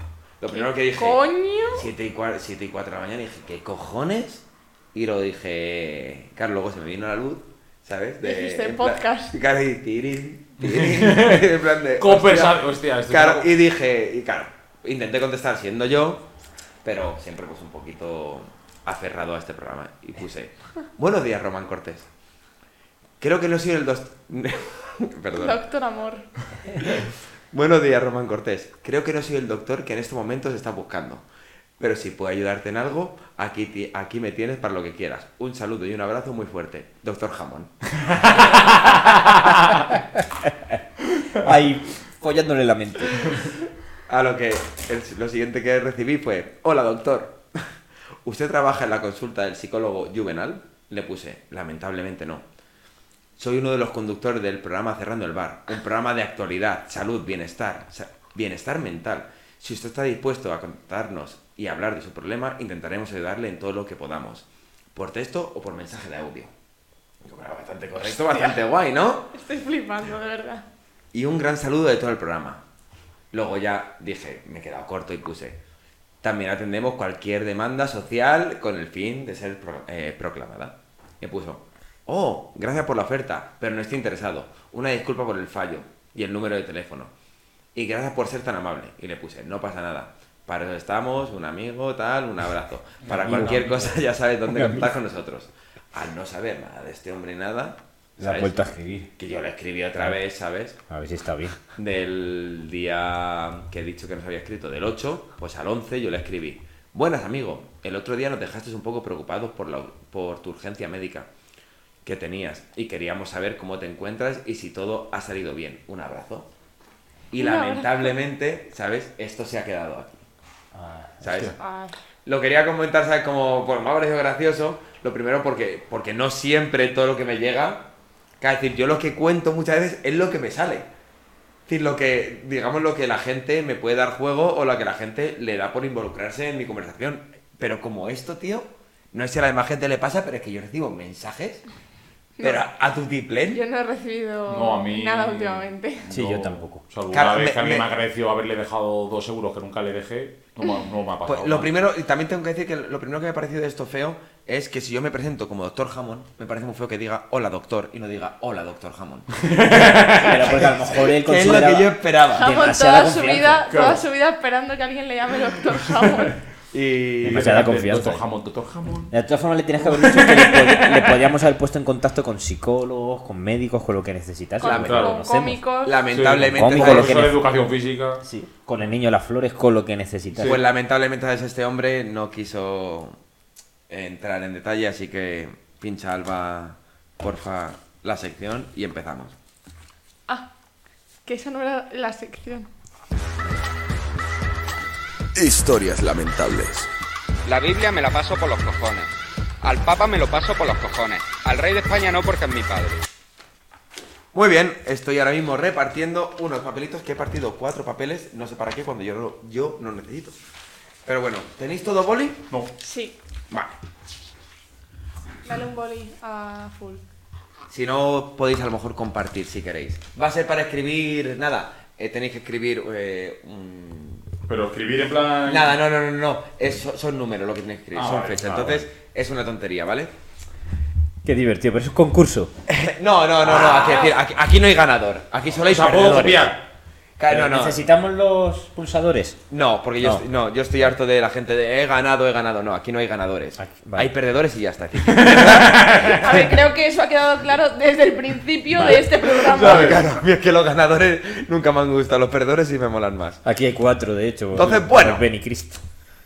Lo primero que dije...
Coño.
7 y, 4, y cuatro de la mañana y dije, ¿qué cojones? Y lo dije, claro, luego se me vino la luz, ¿sabes?
Dijiste,
en plan-
podcast.
y [LAUGHS] claro, y tirín,
[LAUGHS]
tirín, en plan de...
Conversar,
hostia.
hostia, esto
Claro,
es-
y dije, y claro, intenté contestar siendo yo, pero siempre pues un poquito aferrado a este programa.
[LAUGHS]
Y puse, buenos días, Román Cortés. Creo que no he sido el dos... [LAUGHS] Perdón.
Doctor Amor.
Buenos días, Román Cortés. Creo que no soy el doctor que en este momento se está buscando. Pero si puedo ayudarte en algo, aquí, ti- aquí me tienes para lo que quieras. Un saludo y un abrazo muy fuerte. Doctor Jamón.
Ahí, follándole la mente.
A Ah, lo que el- lo siguiente que recibí fue, hola doctor, [LAUGHS] ¿usted trabaja en la consulta del psicólogo juvenal? Le puse, lamentablemente no. Soy uno de los conductores del programa Cerrando el Bar, un programa de actualidad, salud, bienestar, sa- bienestar mental. Si usted está dispuesto a contarnos y hablar de su problema, intentaremos ayudarle en todo lo que podamos, por texto o por mensaje de audio. Yo creo que Bastante correcto, bastante guay, ¿no?
Estoy flipando, de verdad.
Y un gran saludo de todo el programa. Luego ya dije, me he quedado corto y puse. También atendemos cualquier demanda social con el fin de ser pro- eh, proclamada. Y puso, oh, gracias por la oferta, pero no estoy interesado. Una disculpa por el fallo y el número de teléfono. Y gracias por ser tan amable. Y le puse, no pasa nada. Para eso estamos, un amigo, tal, un abrazo. Para cualquier cosa ya sabes dónde contar con nosotros. Al no saber nada de este hombre y nada...
La
¿sabes?
vuelta a escribir.
Que yo le escribí otra vez, ¿sabes?
A ver si está bien.
del día que he dicho que nos había escrito, del 8, pues al 11 yo le escribí. Buenas, amigo. El otro día nos dejaste un poco preocupados por, la, por tu urgencia médica que tenías y queríamos saber cómo te encuentras y si todo ha salido bien. Un abrazo. Y
Un abrazo.
lamentablemente, ¿sabes? Esto se ha quedado aquí. ¿Sabes?
Ay,
Lo quería comentar, ¿sabes? Como, pues me ha parecido gracioso. Lo primero porque, porque no siempre todo lo que me llega. claro, Es decir, yo lo que cuento muchas veces es lo que me sale. Es decir, lo que, digamos, lo que la gente me puede dar juego o lo que la gente le da por involucrarse en mi conversación. Pero como esto, tío, no sé si a la demás gente le pasa, pero es que yo recibo mensajes. Pero a, a tu
yo no he recibido
No, a mí.
nada últimamente.
Sí, yo tampoco.
Salvo
Claro,
una vez
me-
que alguien
me-
me agradeció haberle dejado dos euros que nunca le dejé, no, me- no me ha pasado.
Pues lo
nada.
primero, y también tengo que decir que lo primero que me ha parecido de esto feo es que si yo me presento como doctor Hammond, me parece muy feo que diga hola doctor y no diga hola doctor Hammond.
Pero porque a lo mejor él
Que es lo que yo
consideraba...
esperaba.
Jamón
Demasiada
toda su
confianza.
vida, toda
Claro.
su vida esperando que alguien le llame doctor
[LAUGHS]
Jamón.
Y.
Y
Demasiada
de repente,
confianza,
Doctor
eh.
Jamón, doctor Jamón.
De todas formas, le tenías que haber dicho que le, pod- le podíamos haber puesto en contacto con psicólogos, con médicos, con lo que necesitase.
con,
porque
claro,
lo
con
conocemos.
cómicos.
Lamentablemente.
Cómico
¿sabes? Pues,
lo que
Profesor de
me-
educación física.
Sí, con el niño de las flores, con lo que necesitas.
Pues lamentablemente ¿sabes? este hombre no quiso entrar en detalle, así que pincha Alba, porfa, la sección y empezamos.
Ah, que esa no era la sección.
Historias lamentables.
La Biblia me la paso por los cojones. Al Papa me lo paso por los cojones. Al Rey de España no porque es mi padre.
Muy bien, estoy ahora mismo repartiendo unos papelitos que he partido cuatro papeles, no sé para qué, cuando yo no, yo no necesito. Pero bueno, ¿tenéis todo boli?
No.
Sí,
Vale.
dale un boli a full.
Si no, podéis a lo mejor compartir si queréis. Va a ser para escribir nada. eh, tenéis que escribir eh, un,
Pero escribir en plan.
Nada, no, no, no, no. Es- son- son números lo que tienes que escribir,
Ah,
son
vale,
fechas.
ah,
Entonces, es una tontería, ¿vale? [LAUGHS]
Qué divertido, pero es un concurso.
No, no, no, no. Aquí, aquí- aquí- aquí no hay ganador. Aquí solo hay
O sea, puedo
perdedores.
copiar.
Claro,
Pero
Ah, no, no.
Necesitamos los pulsadores.
No, porque yo,
No.
Estoy, no, yo estoy harto de la gente de he ganado, he ganado. No, aquí no hay ganadores.
Aquí- vale.
Hay perdedores y
[LAUGHS]
ya está.
A ver, creo que eso ha quedado claro desde el principio de este programa.
claro, a mí es que los ganadores nunca me han gustado. Los perdedores sí me molan más.
Aquí hay cuatro, de hecho.
Entonces,
Los
bueno.
Benicristo.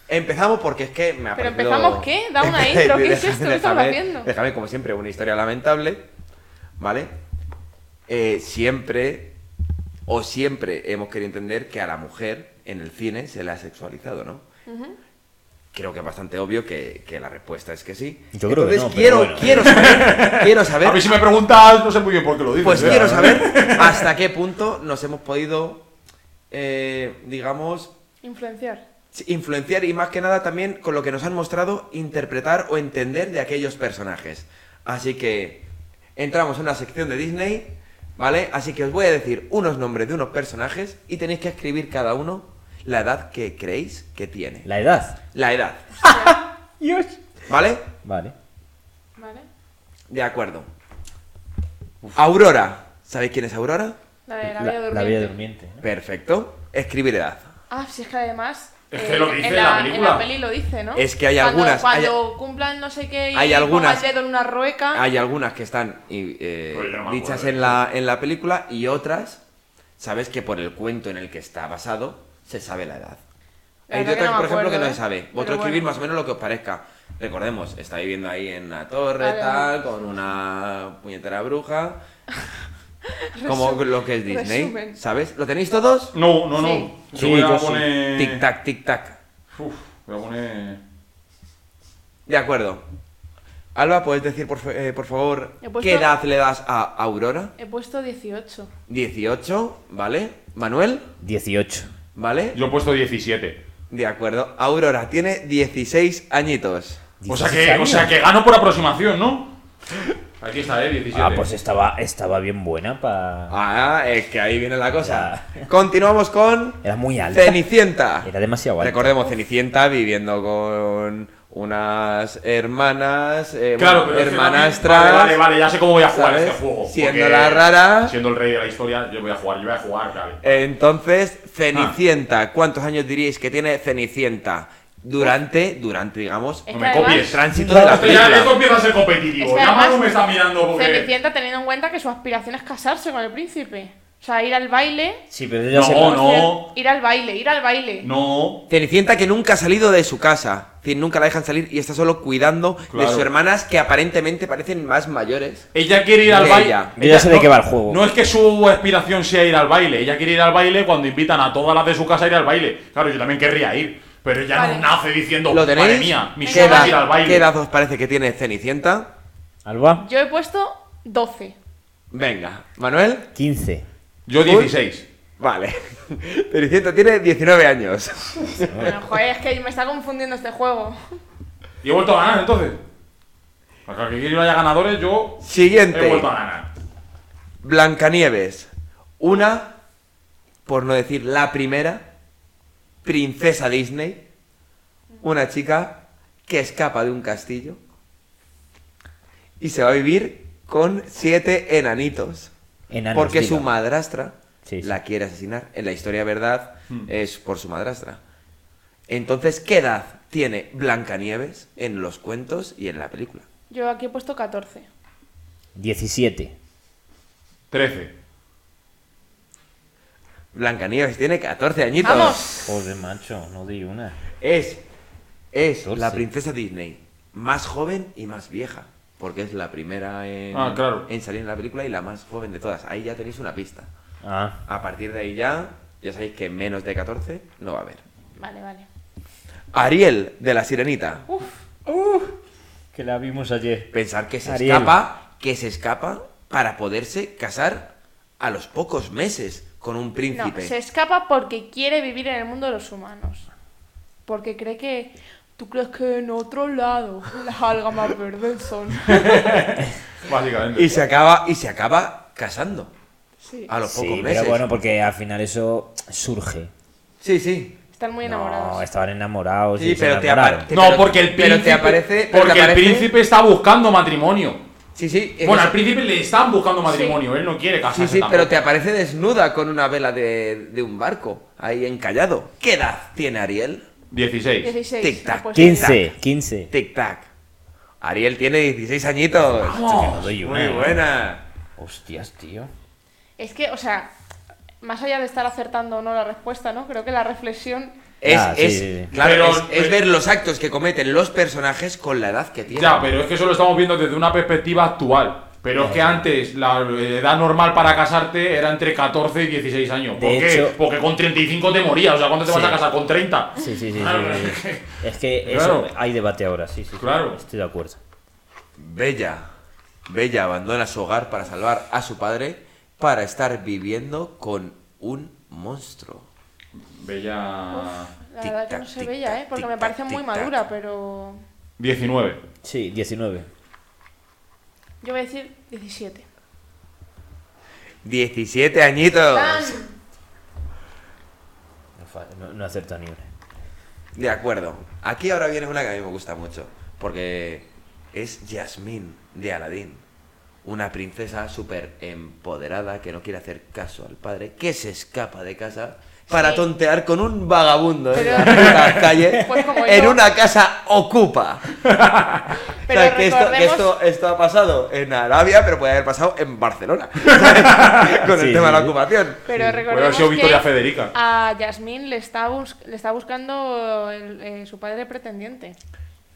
Empezamos porque es que me ha
Pero
parecido-
empezamos, ¿qué? Da una intro, ¿qué es esto?
Déjame-
¿Qué estamos
déjame-
haciendo?
Déjame, como siempre, una historia lamentable, ¿vale? Eh, siempre, o siempre hemos querido entender que a la mujer en el cine se la ha sexualizado, ¿no? Creo que es bastante obvio que, que la respuesta es que sí.
Yo creo que
Entonces,
no, pero
quiero,
bueno. [LAUGHS]
quiero saber, quiero
A mí
saber,
si me preguntas, no sé muy bien por qué lo dices.
pues
¿eh?
quiero saber hasta qué punto nos hemos podido, eh, digamos,
Influenciar.
Sí, influenciar y más que nada también con lo que nos han mostrado interpretar o entender de aquellos personajes. Así que entramos en una sección de Disney, ¿vale? Así que os voy a decir unos nombres de unos personajes y tenéis que escribir cada uno la edad que creéis que tiene. La,
La edad.
edad,
Dios.
¿vale?
Vale.
¿Vale?
De acuerdo. Aurora. ¿Sabéis quién es Aurora?
La de la, vida
la
durmiente.
vida durmiente. ¿no?
Perfecto. Escribir edad.
Ah, si es que además. eh,
Es que lo dice
en
la
la, en
película.
la peli lo dice, ¿no?
Es que hay
Cuando-
algunas-
Cuando cumplan no sé qué y
hay algunas-
pongan el dedo en una rueca.
Hay algunas que están y, eh,
Pues yo no me
dichas
acuerdo.
en la, en la película y otras, sabes que por el cuento en el que está basado, se sabe la edad.
La
Hay
verdad que
otras,
no me
por ejemplo, que
acuerdo,
no se
¿eh?
sabe.
Pero
Vosotros escribir
bueno.
más o menos lo que os parezca. Recordemos, está viviendo ahí en una torre,
Vale,
tal, con una puñetera bruja. como
Resumen-
lo que es Disney.
resumen.
¿Sabes? ¿Lo tenéis todos?
No, no, no.
Sí.
Yo
Sí,
voy
yo
a
sí.
poner.
Tic tac, tic tac.
Uf, voy a poner.
De acuerdo. Alba, ¿puedes decir, por, fa- eh, por favor,
He puesto-
qué edad le das a Aurora?
[LAUGHS] He puesto 18.
18, ¿vale? Manuel,
18.
¿vale?
Yo he puesto 17.
De acuerdo. Aurora tiene 16 añitos.
O sea, que,
16
o sea
años.
que gano por aproximación, ¿no? Aquí está, eh, 17.
Ah, pues estaba, estaba bien buena para.
Ah, es que ahí viene la cosa. Continuamos con
Era muy alta.
Cenicienta.
Era demasiado alta.
Recordemos, Cenicienta viviendo con unas hermanas, eh,
Claro,
bueno,
pero es que
hermanastras.
también- Vale, vale, vale, ya sé cómo voy a jugar
¿sabes?
este juego.
Siendo
porque
la rara.
Siendo el rey de la historia, yo voy a jugar, yo voy a jugar, vale. Ah.
Entonces, Cenicienta, ¿cuántos años diríais que tiene Cenicienta? Durante, durante, digamos,
Es
No
que
me
además-
copies,
tránsito de la
Esto ya- esto
película.
empieza a ser competitivo.
Es que
ya
además-
Manu me está mirando porque.
Cenicienta teniendo en cuenta que su aspiración es casarse con el príncipe. O sea, ir al baile.
Sí, pero yo ya
No,
sé.
no,
Ir al baile, ir al baile.
no.
Cenicienta que nunca ha salido de su casa, es decir, nunca la dejan salir y está solo cuidando
Claro.
de sus hermanas que aparentemente parecen más mayores.
Ella quiere ir al
Ella.
baile.
Yo
ya sé de
no-
qué va el juego.
No es que su aspiración sea ir al baile. Ella quiere ir al baile cuando invitan a todas las de su casa a ir al baile. Claro, yo también querría ir. Pero ella
Vale.
no nace diciendo,
¿Lo tenéis?
Oh, madre mía, mi
¿Qué
sueño
sueño es ir al
edad,
baile.
¿Qué edad os parece que tiene Cenicienta?
Alba,
Yo he puesto 12.
[LAUGHS]
Venga, Manuel.
15.
Yo 16.
Vale. [LAUGHS] Cenicienta tiene 19 años.
Bueno, joder, es que me está confundiendo este juego.
Y he vuelto a ganar entonces. Para que no haya ganadores, yo he
Siguiente.
vuelto a ganar.
Blancanieves. Una, por no decir la primera, princesa Disney. Una chica que escapa de un castillo. Y se va a vivir con siete enanitos.
Enanos,
porque
diga.
su madrastra
Sí, sí.
la quiere asesinar. En la historia verdad es por su madrastra. Entonces, ¿qué edad tiene Blancanieves en los cuentos y en la película?
Yo aquí he puesto 14.
17.
13.
Blancanieves tiene 14 añitos.
¡Vamos!
Joder, macho, no di una.
Es, es
Doce.
la princesa Disney más joven y más vieja. Porque es la primera en,
Ah, claro.
en salir en la película y la más joven de todas. Ahí ya tenéis una pista.
Ah,
A partir de ahí ya, ya sabéis que menos de 14 no va a haber.
Vale, vale.
Ariel de la Sirenita.
Uh.
que la vimos ayer.
Pensar que se
Ariel.
escapa, que se escapa para poderse casar a los pocos meses con un
No,
príncipe.
se escapa porque quiere vivir en el mundo de los humanos. Porque cree que. ¿Tú crees que en otro lado las algas más verdes
[LAUGHS]
son?
Básicamente.
Y se acaba y se acaba casando
Sí.
a los
Sí,
pocos
pero
meses.
bueno, porque al final eso surge.
Sí, sí.
Están muy enamorados.
No, estaban enamorados.
Sí,
y se
pero te
enamoraron.
aparte-
No,
Pero-
porque el príncipe.
pero te aparece- pero
porque
te
el
aparece-
príncipe está buscando matrimonio.
Sí, sí. es
Bueno,
que-
al príncipe le están buscando matrimonio, él no quiere
Sí,
casarse.
sí,
tampoco.
pero te aparece desnuda con una vela de, de un barco, ahí encallado. ¿Qué edad tiene Ariel?
16.
16.
Tic tac,
no, pues,
15, 15.
Tic tac. Ariel tiene 16 añitos.
No
Vamos.
doy una,
Muy
eh.
buena.
Hostias, tío.
Es que, o sea, más allá de estar acertando o no la respuesta, ¿no? Creo que la reflexión.
Es,
Ah, sí,
es-
sí, sí.
claro,
Pero-
es, es
pero-
ver los actos que cometen los personajes con la edad que tienen.
Ya, pero es que eso lo estamos viendo desde una perspectiva actual. Pero es que antes la edad normal para casarte era entre 14 y 16 años. ¿Por
De
qué?
hecho-
Porque con 35 te morías. O sea, ¿cuándo te vas
Sí.
a casar? ¿Con 30?
Sí, sí, sí.
Claro.
sí, sí. Es que
Claro.
eso, hay debate ahora, sí, sí. sí.
Claro.
Estoy de acuerdo.
Bella, Bella abandona su hogar para salvar a su padre para estar viviendo con un monstruo.
Bella.
La
Tic
verdad que
tac,
no se
tic
veía,
tac,
¿eh? Porque
tic
me
tac,
parece
tic
muy
tac.
madura, pero.
19.
Sí, 19.
Yo voy a decir 17.
17 añitos.
¡Tan!
No, fa- no, no acerta ni una.
De acuerdo. Aquí ahora viene una que a mí me gusta mucho. Porque es Jasmine de Aladdin. Una princesa súper empoderada que no quiere hacer caso al padre, que se escapa de casa para
Sí.
tontear con un vagabundo ¿eh? en
Pero-
la puta calle,
[LAUGHS] Pues como
en
yo.
una casa ocupa.
Pero
O sea, que esto, que
recordemos-
esto, esto ha pasado en Arabia, pero puede haber pasado
[LAUGHS]
en Barcelona. con el
Sí,
tema de la
sí, sí.
ocupación.
Pero
Puede haber
recordemos
sido Victoria
que
Federica.
a Yasmín le está, bus- le está buscando el- eh, su padre pretendiente.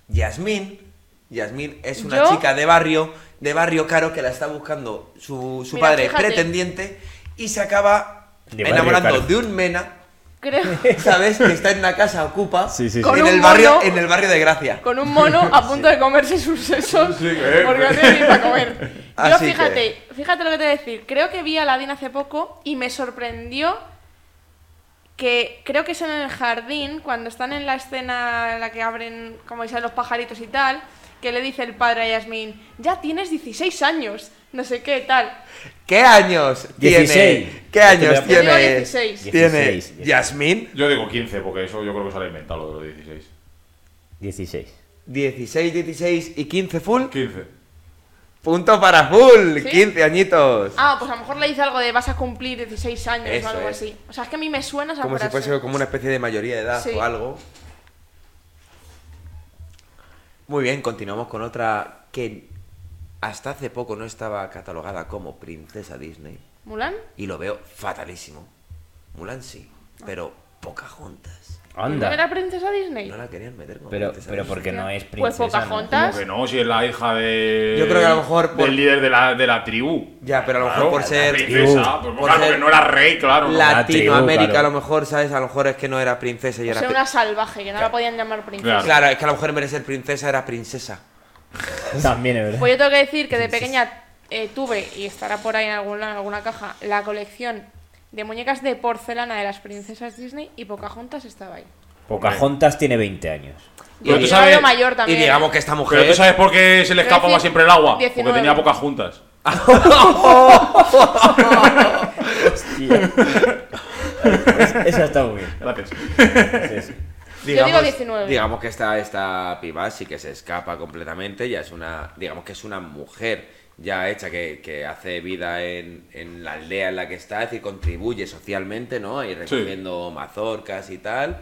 Yasmín, Yasmín es una
Yo-
chica de barrio, de barrio caro que la está buscando su, su
Mira,
padre
fíjate.
pretendiente y se acaba
De barrio
enamorando
caro.
de un mena
creo,
¿Sabes? Que está en una casa ocupa
Sí, sí, sí.
Con
en
un
el barrio,
mono.
en el barrio de Gracia.
con un mono a punto de comerse sus sesos
Sí, eh,
porque no tiene ni para
[LAUGHS]
comer. Yo
Así que-
fíjate, fíjate lo que te voy a decir. Creo que vi a Aladdin hace poco y me sorprendió que creo que es en el jardín, cuando están en la escena en la que abren, como dicen, los pajaritos y tal, que le dice el padre a Yasmin, ya tienes 16 años, no sé qué, tal.
¿Qué años
16.
tiene? ¿Qué años
Yo
digo
tiene?
16.
Tiene
16.
Yasmín,
Yo digo 15, porque eso yo creo que se lo ha inventado lo de los 16.
16.
16, 16 y 15 full.
15.
Punto para full,
¿Sí?
15 añitos.
Ah, pues a lo mejor le dice algo de vas a cumplir 16 años
Eso
o algo
es.
así. O sea, es que a mí me suena esa
como si
frase.
fuese como una especie de mayoría de edad
Sí.
o algo. Muy bien, continuamos con otra que hasta hace poco no estaba catalogada como princesa Disney
¿Mulan?
y lo veo fatalísimo. Mulan sí, pero Pocahontas.
¿No
Anda.
era princesa Disney?
No la querían meter como
Pero,
princesa
pero
Disney.
porque no es
Pues
princesa. ¿no?
Pocahontas.
Como que no, si es la hija de.
Yo creo que a lo mejor por-
Del líder de la, de la tribu.
Ya, pero a lo mejor
Claro,
por
la
ser
princesa, pues,
por
claro,
ser
que no era rey, claro. no.
La
Latinoamérica,
tribu, claro.
a lo mejor, ¿sabes? A lo mejor es que no era princesa y
O
era.
sea,
pri-
una salvaje, que no la podían llamar princesa.
Claro.
Claro, es que a lo mejor en vez de ser princesa era princesa.
[LAUGHS] También es verdad.
Pues yo tengo que decir que de pequeña eh, tuve, y estará por ahí en alguna, en alguna caja, la colección de muñecas de porcelana de las princesas Disney y Pocahontas estaba ahí.
Pocahontas tiene 20 años.
Pero
Y
tú
yo
sabes-
la veo mayor
Y
también.
digamos que esta
Pero tú
mujer.
sabes por qué se le
Quiero
escapaba
decir,
siempre el agua.
19.
Porque tenía pocas juntas.
[LAUGHS] Esa está muy bien.
Gracias.
Sí, sí.
digo 19.
Digamos que esta, esta piba sí que se escapa completamente. Ya es una. Digamos que es una mujer ya hecha que, que hace vida en, en la aldea en la que está. Es decir, contribuye socialmente, ¿no? Y recogiendo mazorcas y tal.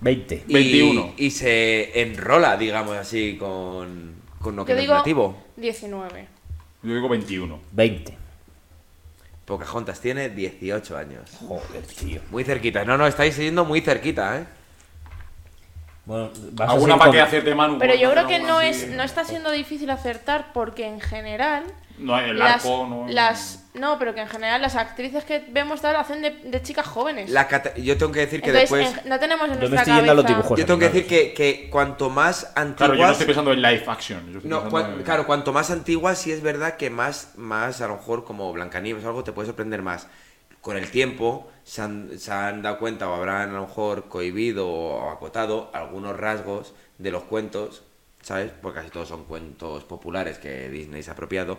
20.
Y-
21.
Y, se enrola, digamos así, con, con lo que
Yo
no
digo
es nativo.
19.
Yo digo 21.
20.
Pocahontas tiene 18 años.
Joder, tío.
Muy cerquita. No, no, estáis yendo muy cerquita, ¿eh?
Bueno, vas a
¿Alguna
seguir
para
con-
que hacerte Manu?
Pero yo creo
Alguna
que no
así.
es no está siendo difícil acertar porque en general
No, el
las,
arco no.
las no, pero que en general las actrices que vemos tal hacen de, de chicas jóvenes.
La cata- yo tengo que decir que
Entonces,
después.
en- no tenemos en
Yo me
nuestra
estoy yendo a los
cabeza-
dibujos.
Yo tengo que decir
animados.
que, que cuanto más
Claro,
antiguas.
yo no estoy pensando en live action. yo estoy
No,
pensando
cuan-
en-
claro, cuanto más antiguas, sí es verdad que más, más a lo mejor como Blancanieves o algo te puede sorprender más. Con el tiempo se han, se han dado cuenta o habrán a lo mejor cohibido o acotado algunos rasgos de los cuentos, ¿sabes? Porque casi todos son cuentos populares que Disney se ha apropiado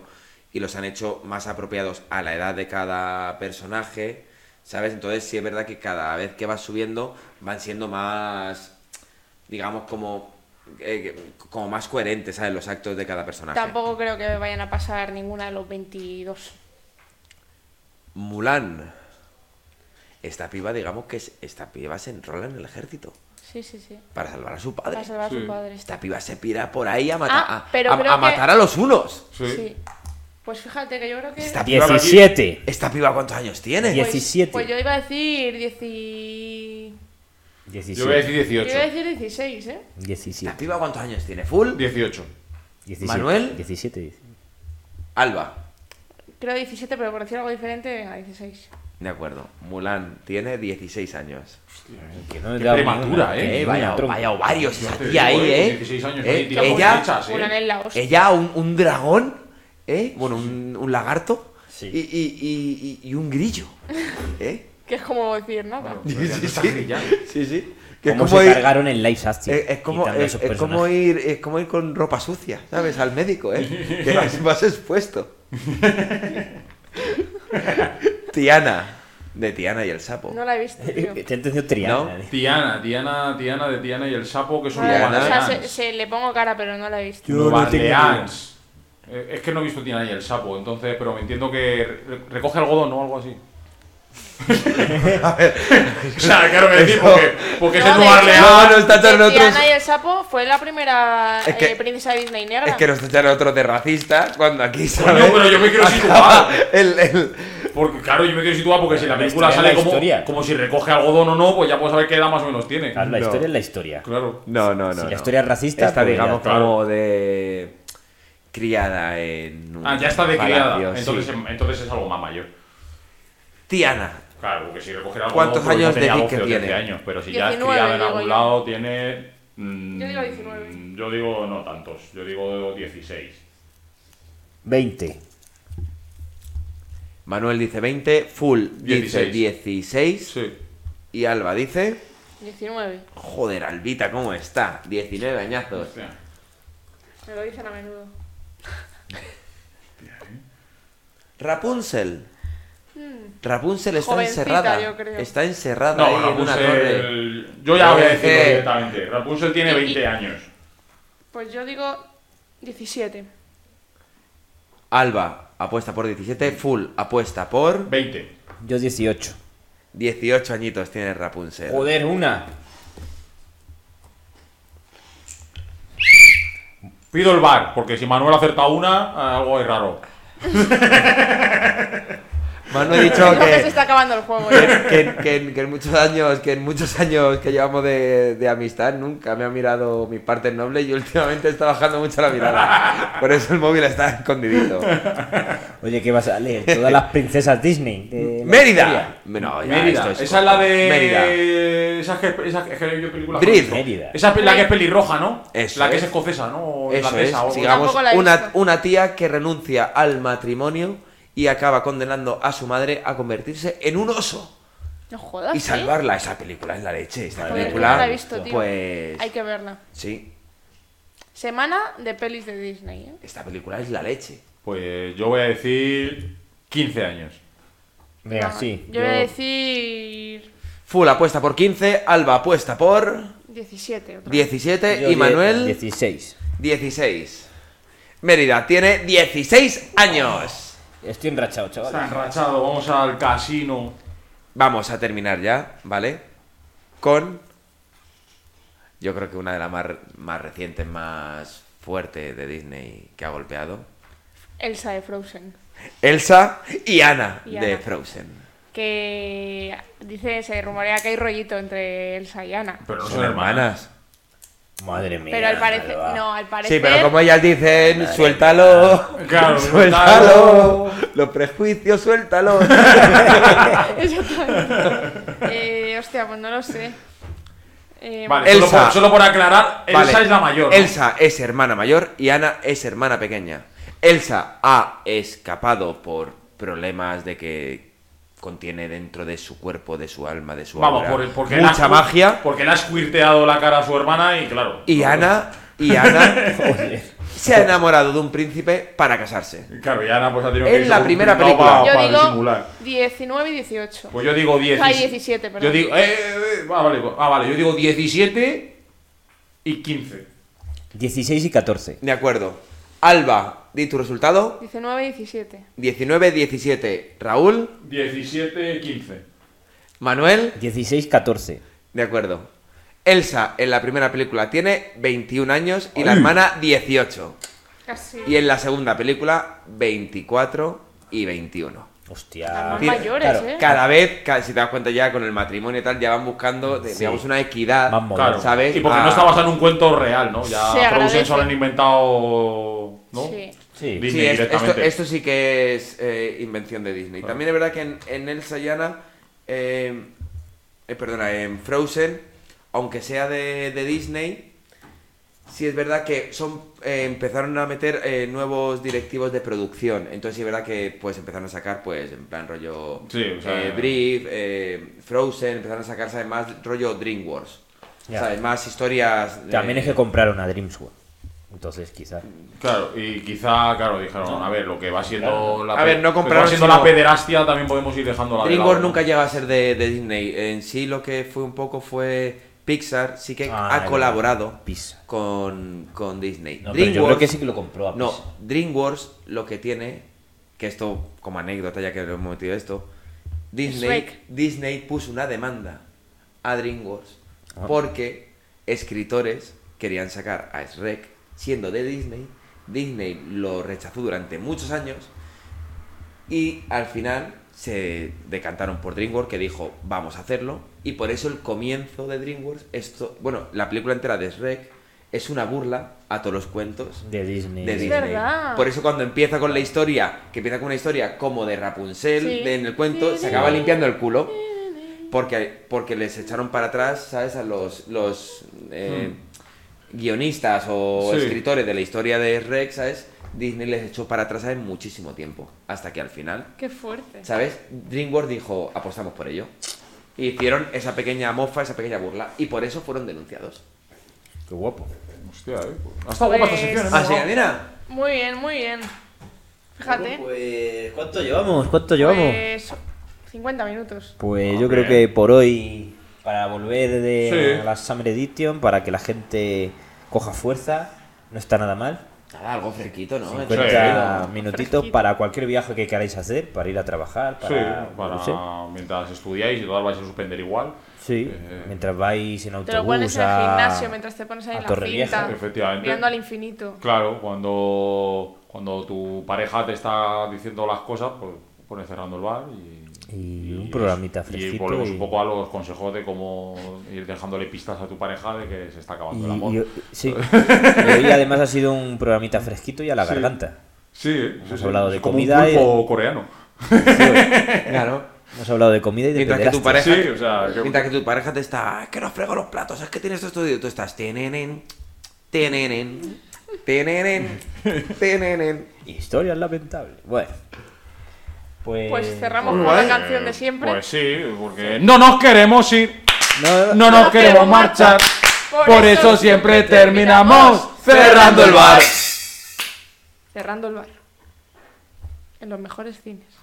y los han hecho más apropiados a la edad de cada personaje, ¿sabes? Entonces sí es verdad que cada vez que vas subiendo van siendo más digamos, como, eh, como más coherentes, ¿sabes? Los actos de cada
Ah,
personaje.
Tampoco creo que vayan a pasar ninguna de los 22.
Mulan. Esta piba, digamos que es- esta piba se enrola en el ejército
Sí, sí, sí.
para salvar a su padre.
Para salvar a
Sí.
su padre.
Esta piba se pira por ahí a, matar
Ah,
a-
pero
a-
creo
a
que-
matar a los unos.
Sí.
Sí. Pues fíjate que yo creo que.
Esta piba,
17.
esta piba ¿cuántos años tiene?
Diez.
Pues-
17.
Pues yo iba a decir 10.
Yo voy a
17.
decir
Yo iba
18.
a decir 16, ¿eh?
¿Esta
17.
piba cuántos años tiene? Full.
18.
17.
Manuel.
17. dice.
Alba.
Creo 17, pero por decir algo diferente, venga, 16.
De acuerdo. Mulan tiene 16 años.
Que no le
Qué
da
prematura,
ninguna,
eh,
que
Eh,
ninguna
vaya,
tronco.
vaya ovarios esa
te
tía ahí,
digo, eh,
¿eh?
16 años,
Eh,
ahí tira con
ella,
flechas, eh.
Mulan es la hostia.
ella un, un dragón, ¿eh? Bueno, un, un lagarto
Sí.
y, y- y- y- y un grillo,
[LAUGHS]
¿eh?
Que es como decir nada.
Sí, sí, sí. Sí, sí. Que
¿Cómo
es como
se
ir, eh,
cargaron en Life Action?
es- es como-
quitando a
es-
esos
es como
personajes?
ir, es como ir con ropa sucia, ¿sabes? Al médico, ¿eh?
[LAUGHS]
Que vas, vas expuesto. Tiana, de Tiana y el sapo.
No la he visto,
[LAUGHS]
[LAUGHS]
tío.
Te he entendido Triana.
No.
eh.
Tiana, Diana, Diana de Diana y el sapo que son
No la he
Diana.
visto. O sea, se,
los
se le pongo cara, pero no la he visto.
Nueva Orleans. Eh, Es que no he visto Diana y el sapo, entonces, pero me entiendo que re- recoge algodón o algo
[LAUGHS]
así. [LAUGHS] o sea, claro que decir, porque, porque es
No,
de
de
Nueva
hecho,
Orleans.
No, no, está todo en
de
otros-
Tiana y el sapo fue la primera
Es que-
eh, princesa Disney negra.
Es que nos echan otro de racista cuando aquí
Coño,
¿sabes?
pero yo me quiero situar.
El- el-
Porque, claro, yo me quiero situar porque si la
La
película
historia
sale
es la
como,
historia.
como si recoge algodón o no, pues ya puedo saber qué edad más o menos tiene.
Claro, la
No.
historia es la historia.
Claro.
No, no, no.
Si la
no.
historia es racista,
Esta,
pues
digamos,
ya está.
como de. criada en. un
Ah, ya está de criada.
palacio, sí.
Entonces, entonces es algo más mayor.
Tiana.
Claro, porque si recogiera algo
¿Cuántos
nuevo,
años
pues tenía
de Vic
12 o
que
13
tiene?
años, pero si ya
19,
es criado en
digo
algún
yo.
lado, tiene... mm,
Yo digo 19.
Yo digo no tantos, yo digo 16.
20.
Manuel dice 20, Full dice
16.
16
Sí.
y Alba dice,
19.
joder, Albita, ¿cómo está? 19 añazos.
Hostia.
Me lo dicen a menudo.
Rapunzel. Rapunzel está
Hmm. Jovencita, yo
encerrada.
creo.
Está encerrada
No,
ahí en una torre.
Rapunzel... Yo ya voy a decirlo
Eh.
directamente. Rapunzel tiene
Y-
20 años.
Pues yo digo 17.
Alba apuesta por 17, Full apuesta por
20.
Yo 18.
18 añitos tiene Rapunzel.
Joder, una.
Pido el bar, porque si Manuel acerta una, algo es raro.
Manuel ha dicho
Creo que se
que,
está acabando el juego.
[LAUGHS]
¿eh?
que- que en- que en muchos años, que en muchos años que llevamos de, de amistad nunca me ha mirado mi parte noble y últimamente está bajando mucho la mirada. Por eso el móvil está escondidito.
Oye, ¿qué vas a leer? Todas las princesas Disney. de-
Mérida. No, ya,
Mérida.
esto
esa es la de.
Mérida.
Esa es que, esa es que yo película.
Brid.
Mérida.
Esa es la que es pelirroja, ¿no?
Eso
la que
es.
es escocesa, ¿no? O
Eso es,
irlandesa, o algo así.
sigamos,
Tampoco la he
una,
visto.
una tía que renuncia al matrimonio y acaba condenando a su madre a convertirse en un oso
No jodas.
y
¿Ah, ¿sí?
salvarla. Esa película es la leche, esta
Joder,
película.
no la he visto, tío.
Pues
Hay que verla.
sí,
Semana de pelis de Disney. ¿eh?
esta película es la leche.
Pues yo voy a decir 15 años.
Venga,
No,
sí.
Yo voy a decir
Full apuesta por 15, Alba apuesta por
17. otra vez.
17
yo
y
die-
Manuel
16.
16. Mérida tiene 16 años.
Estoy enrachado,
Está
chaval.
enrachado, vamos al casino.
Vamos a terminar ya, ¿vale? Con. Yo creo que una de las más, más recientes, más fuerte de Disney que ha golpeado.
Elsa de Frozen.
Elsa y Anna
Y
de
Anna.
Frozen.
Que dice, se rumorea que hay rollito entre Elsa y Ana.
Pero no
Son hermanas.
Madre mía.
Pero al parecer.
Alba.
No, al parecer.
Sí, pero como ellas dicen, suéltalo. [LAUGHS]
Claro,
suéltalo. Los prejuicios, suéltalo.
Exactamente. eh, hostia, pues no lo sé. Eh,
Vale,
Elsa.
Solo, por, solo por aclarar, Elsa
Vale.
es la mayor. ¿no?
Elsa es hermana mayor y Ana es hermana pequeña. Elsa ha escapado por problemas de que contiene dentro de su cuerpo, de su alma, de su
Vamos,
aura,
por, porque le
mucha
has-
magia.
Porque le has cuirteado la cara a su hermana y claro.
Y Ana, y Ana se ha enamorado de un príncipe para casarse.
Claro, y Ana pues ha tenido
Es
que irse
la
con
primera
cuidado
película.
pa-
yo
pa
digo
disimular.
19 y 18.
Pues yo digo 10.
Ay, 17, perdón.
Yo digo, eh, eh, eh, ah, vale, ah, vale, yo digo 17 y 15.
16 y 14.
De acuerdo. Alba, di tu resultado.
19 y 17.
19-17. Raúl,
17, 15.
Manuel,
16, 14.
de acuerdo. Elsa en la primera película tiene 21 años y la hermana 18.
Casi.
Y en la segunda película, 24 y 21.
Las
Hostia.
más
Tiene-
mayores,
claro,
¿eh?
Cada vez, ca- si te das cuenta ya con el matrimonio y tal, ya van buscando, de-
Sí.
digamos, una equidad.
Más moderno.
Claro,
¿sabes?
Y porque
Ah.
no está basado en un cuento real, ¿no?
Se
Ya Frozen
agradece.
solo han inventado. ¿No?
Sí.
Sí.
Disney
Sí, es- esto,
directamente. Ah.
esto sí que es eh, invención de Disney. También es verdad que en, en Elsa y Anna, eh, eh, perdona, en Frozen, aunque sea de, de Disney, sí es verdad que son eh, empezaron a meter eh, nuevos directivos de producción. Entonces sí es verdad que pues empezaron a sacar, pues, en plan rollo
Sí, o sea,
eh, Brief, eh, Frozen, empezaron a sacar, ¿sabes? Más rollo DreamWorks.
Ya.
¿Sabes? Más historias... eh,
También es que compraron a Dreams World. Entonces, quizás.
Claro, y quizá, claro, dijeron, a ver, lo que va siendo la.
A
pe-
ver, no
lo que va
compraron,
siendo
sino-
la pederastia, también podemos ir dejando la.
DreamWorks nunca llega a ser de, de Disney. En sí lo que fue un poco fue Pixar, sí que
Ah,
ha
no.
colaborado
Pizza.
con, con Disney.
No, pero yo
DreamWorks-
creo que sí que lo compró a
No,
Pizza.
DreamWorks lo que tiene, que esto como anécdota ya que lo hemos metido esto, Disney,
Shrek.
Disney puso una demanda a DreamWorks
Ah.
porque escritores querían sacar a Shrek siendo de Disney. Disney lo rechazó durante muchos años y al final se decantaron por DreamWorks que dijo, vamos a hacerlo. Y por eso el comienzo de DreamWorks, esto, bueno, la película entera de Shrek es una burla a todos los cuentos
De Disney.
de
Es
Disney.
verdad.
Por eso cuando empieza con la historia, que empieza con una historia como de Rapunzel
Sí.
de- en el cuento, se acaba limpiando el culo. Porque, porque les echaron para atrás, ¿sabes? A los, los eh, guionistas o
Sí.
escritores de la historia de Rex, ¿sabes? Disney les echó para atrás hace muchísimo tiempo. Hasta que al final
Qué fuerte.
¿Sabes? DreamWorks dijo, apostamos por ello. Y hicieron esa pequeña mofa, esa pequeña burla. Y por eso fueron denunciados.
Qué guapo.
Hostia, eh. Ha estado guapa esta
Pues-
sección, ¿eh?
Ah,
Así que mira.
Muy bien, muy bien. Fíjate.
Pues, ¿cuánto llevamos? ¿Cuánto llevamos?
Pues 50 minutos.
Pues yo creo que por hoy, para volver de
Sí.
la Summer Edition, para que la gente coja fuerza, no está nada mal.
Nada, algo fresquito, ¿no?
pues 50 minutitos
Fresquito.
para cualquier viaje que queráis hacer, para ir a trabajar,
Sí,
Ah,
para...
para
no sé.
mientras estudiáis y todas vais a suspender igual.
Sí,
Eh,
mientras vais en
Te
autobús
lo pones en el
a-
gimnasio mientras te pones ahí
a
en la
Torrevieja.
cinta.
Efectivamente.
Mirando al infinito.
Claro, cuando, cuando tu pareja te está diciendo las cosas, pues pones cerrando el bar y...
Y un programita
Y
fresquito
volvemos
y-
un poco a los consejos de cómo ir dejándole pistas a tu pareja de que se está acabando el amor.
Y, y-
[LAUGHS]
sí. Y hoy además ha sido un programita fresquito y a la
[LAUGHS]
garganta.
Sí, eh, sí,
Hemos
sí.
hablado de
Es como
comida
un
y-
pulpo coreano.
Claro.
Hemos hablado de comida y de
Mientras que tu
pederastia.
pareja.
Sí, o sea, que-
Mientras que tu pareja te está. "Ah, Que no frego los platos, es que tienes esto y tú estás. Tenenen. Tenenen. Tenenen. Tenenen.
Historias lamentables. Bueno. Pues,
Pues cerramos
Muy
con la
guay.
canción de siempre.
Pues sí, porque no nos queremos ir,
No,
no nos queremos marchar, por eso siempre terminamos cerrando el bar.
Cerrando el bar. En los mejores cines.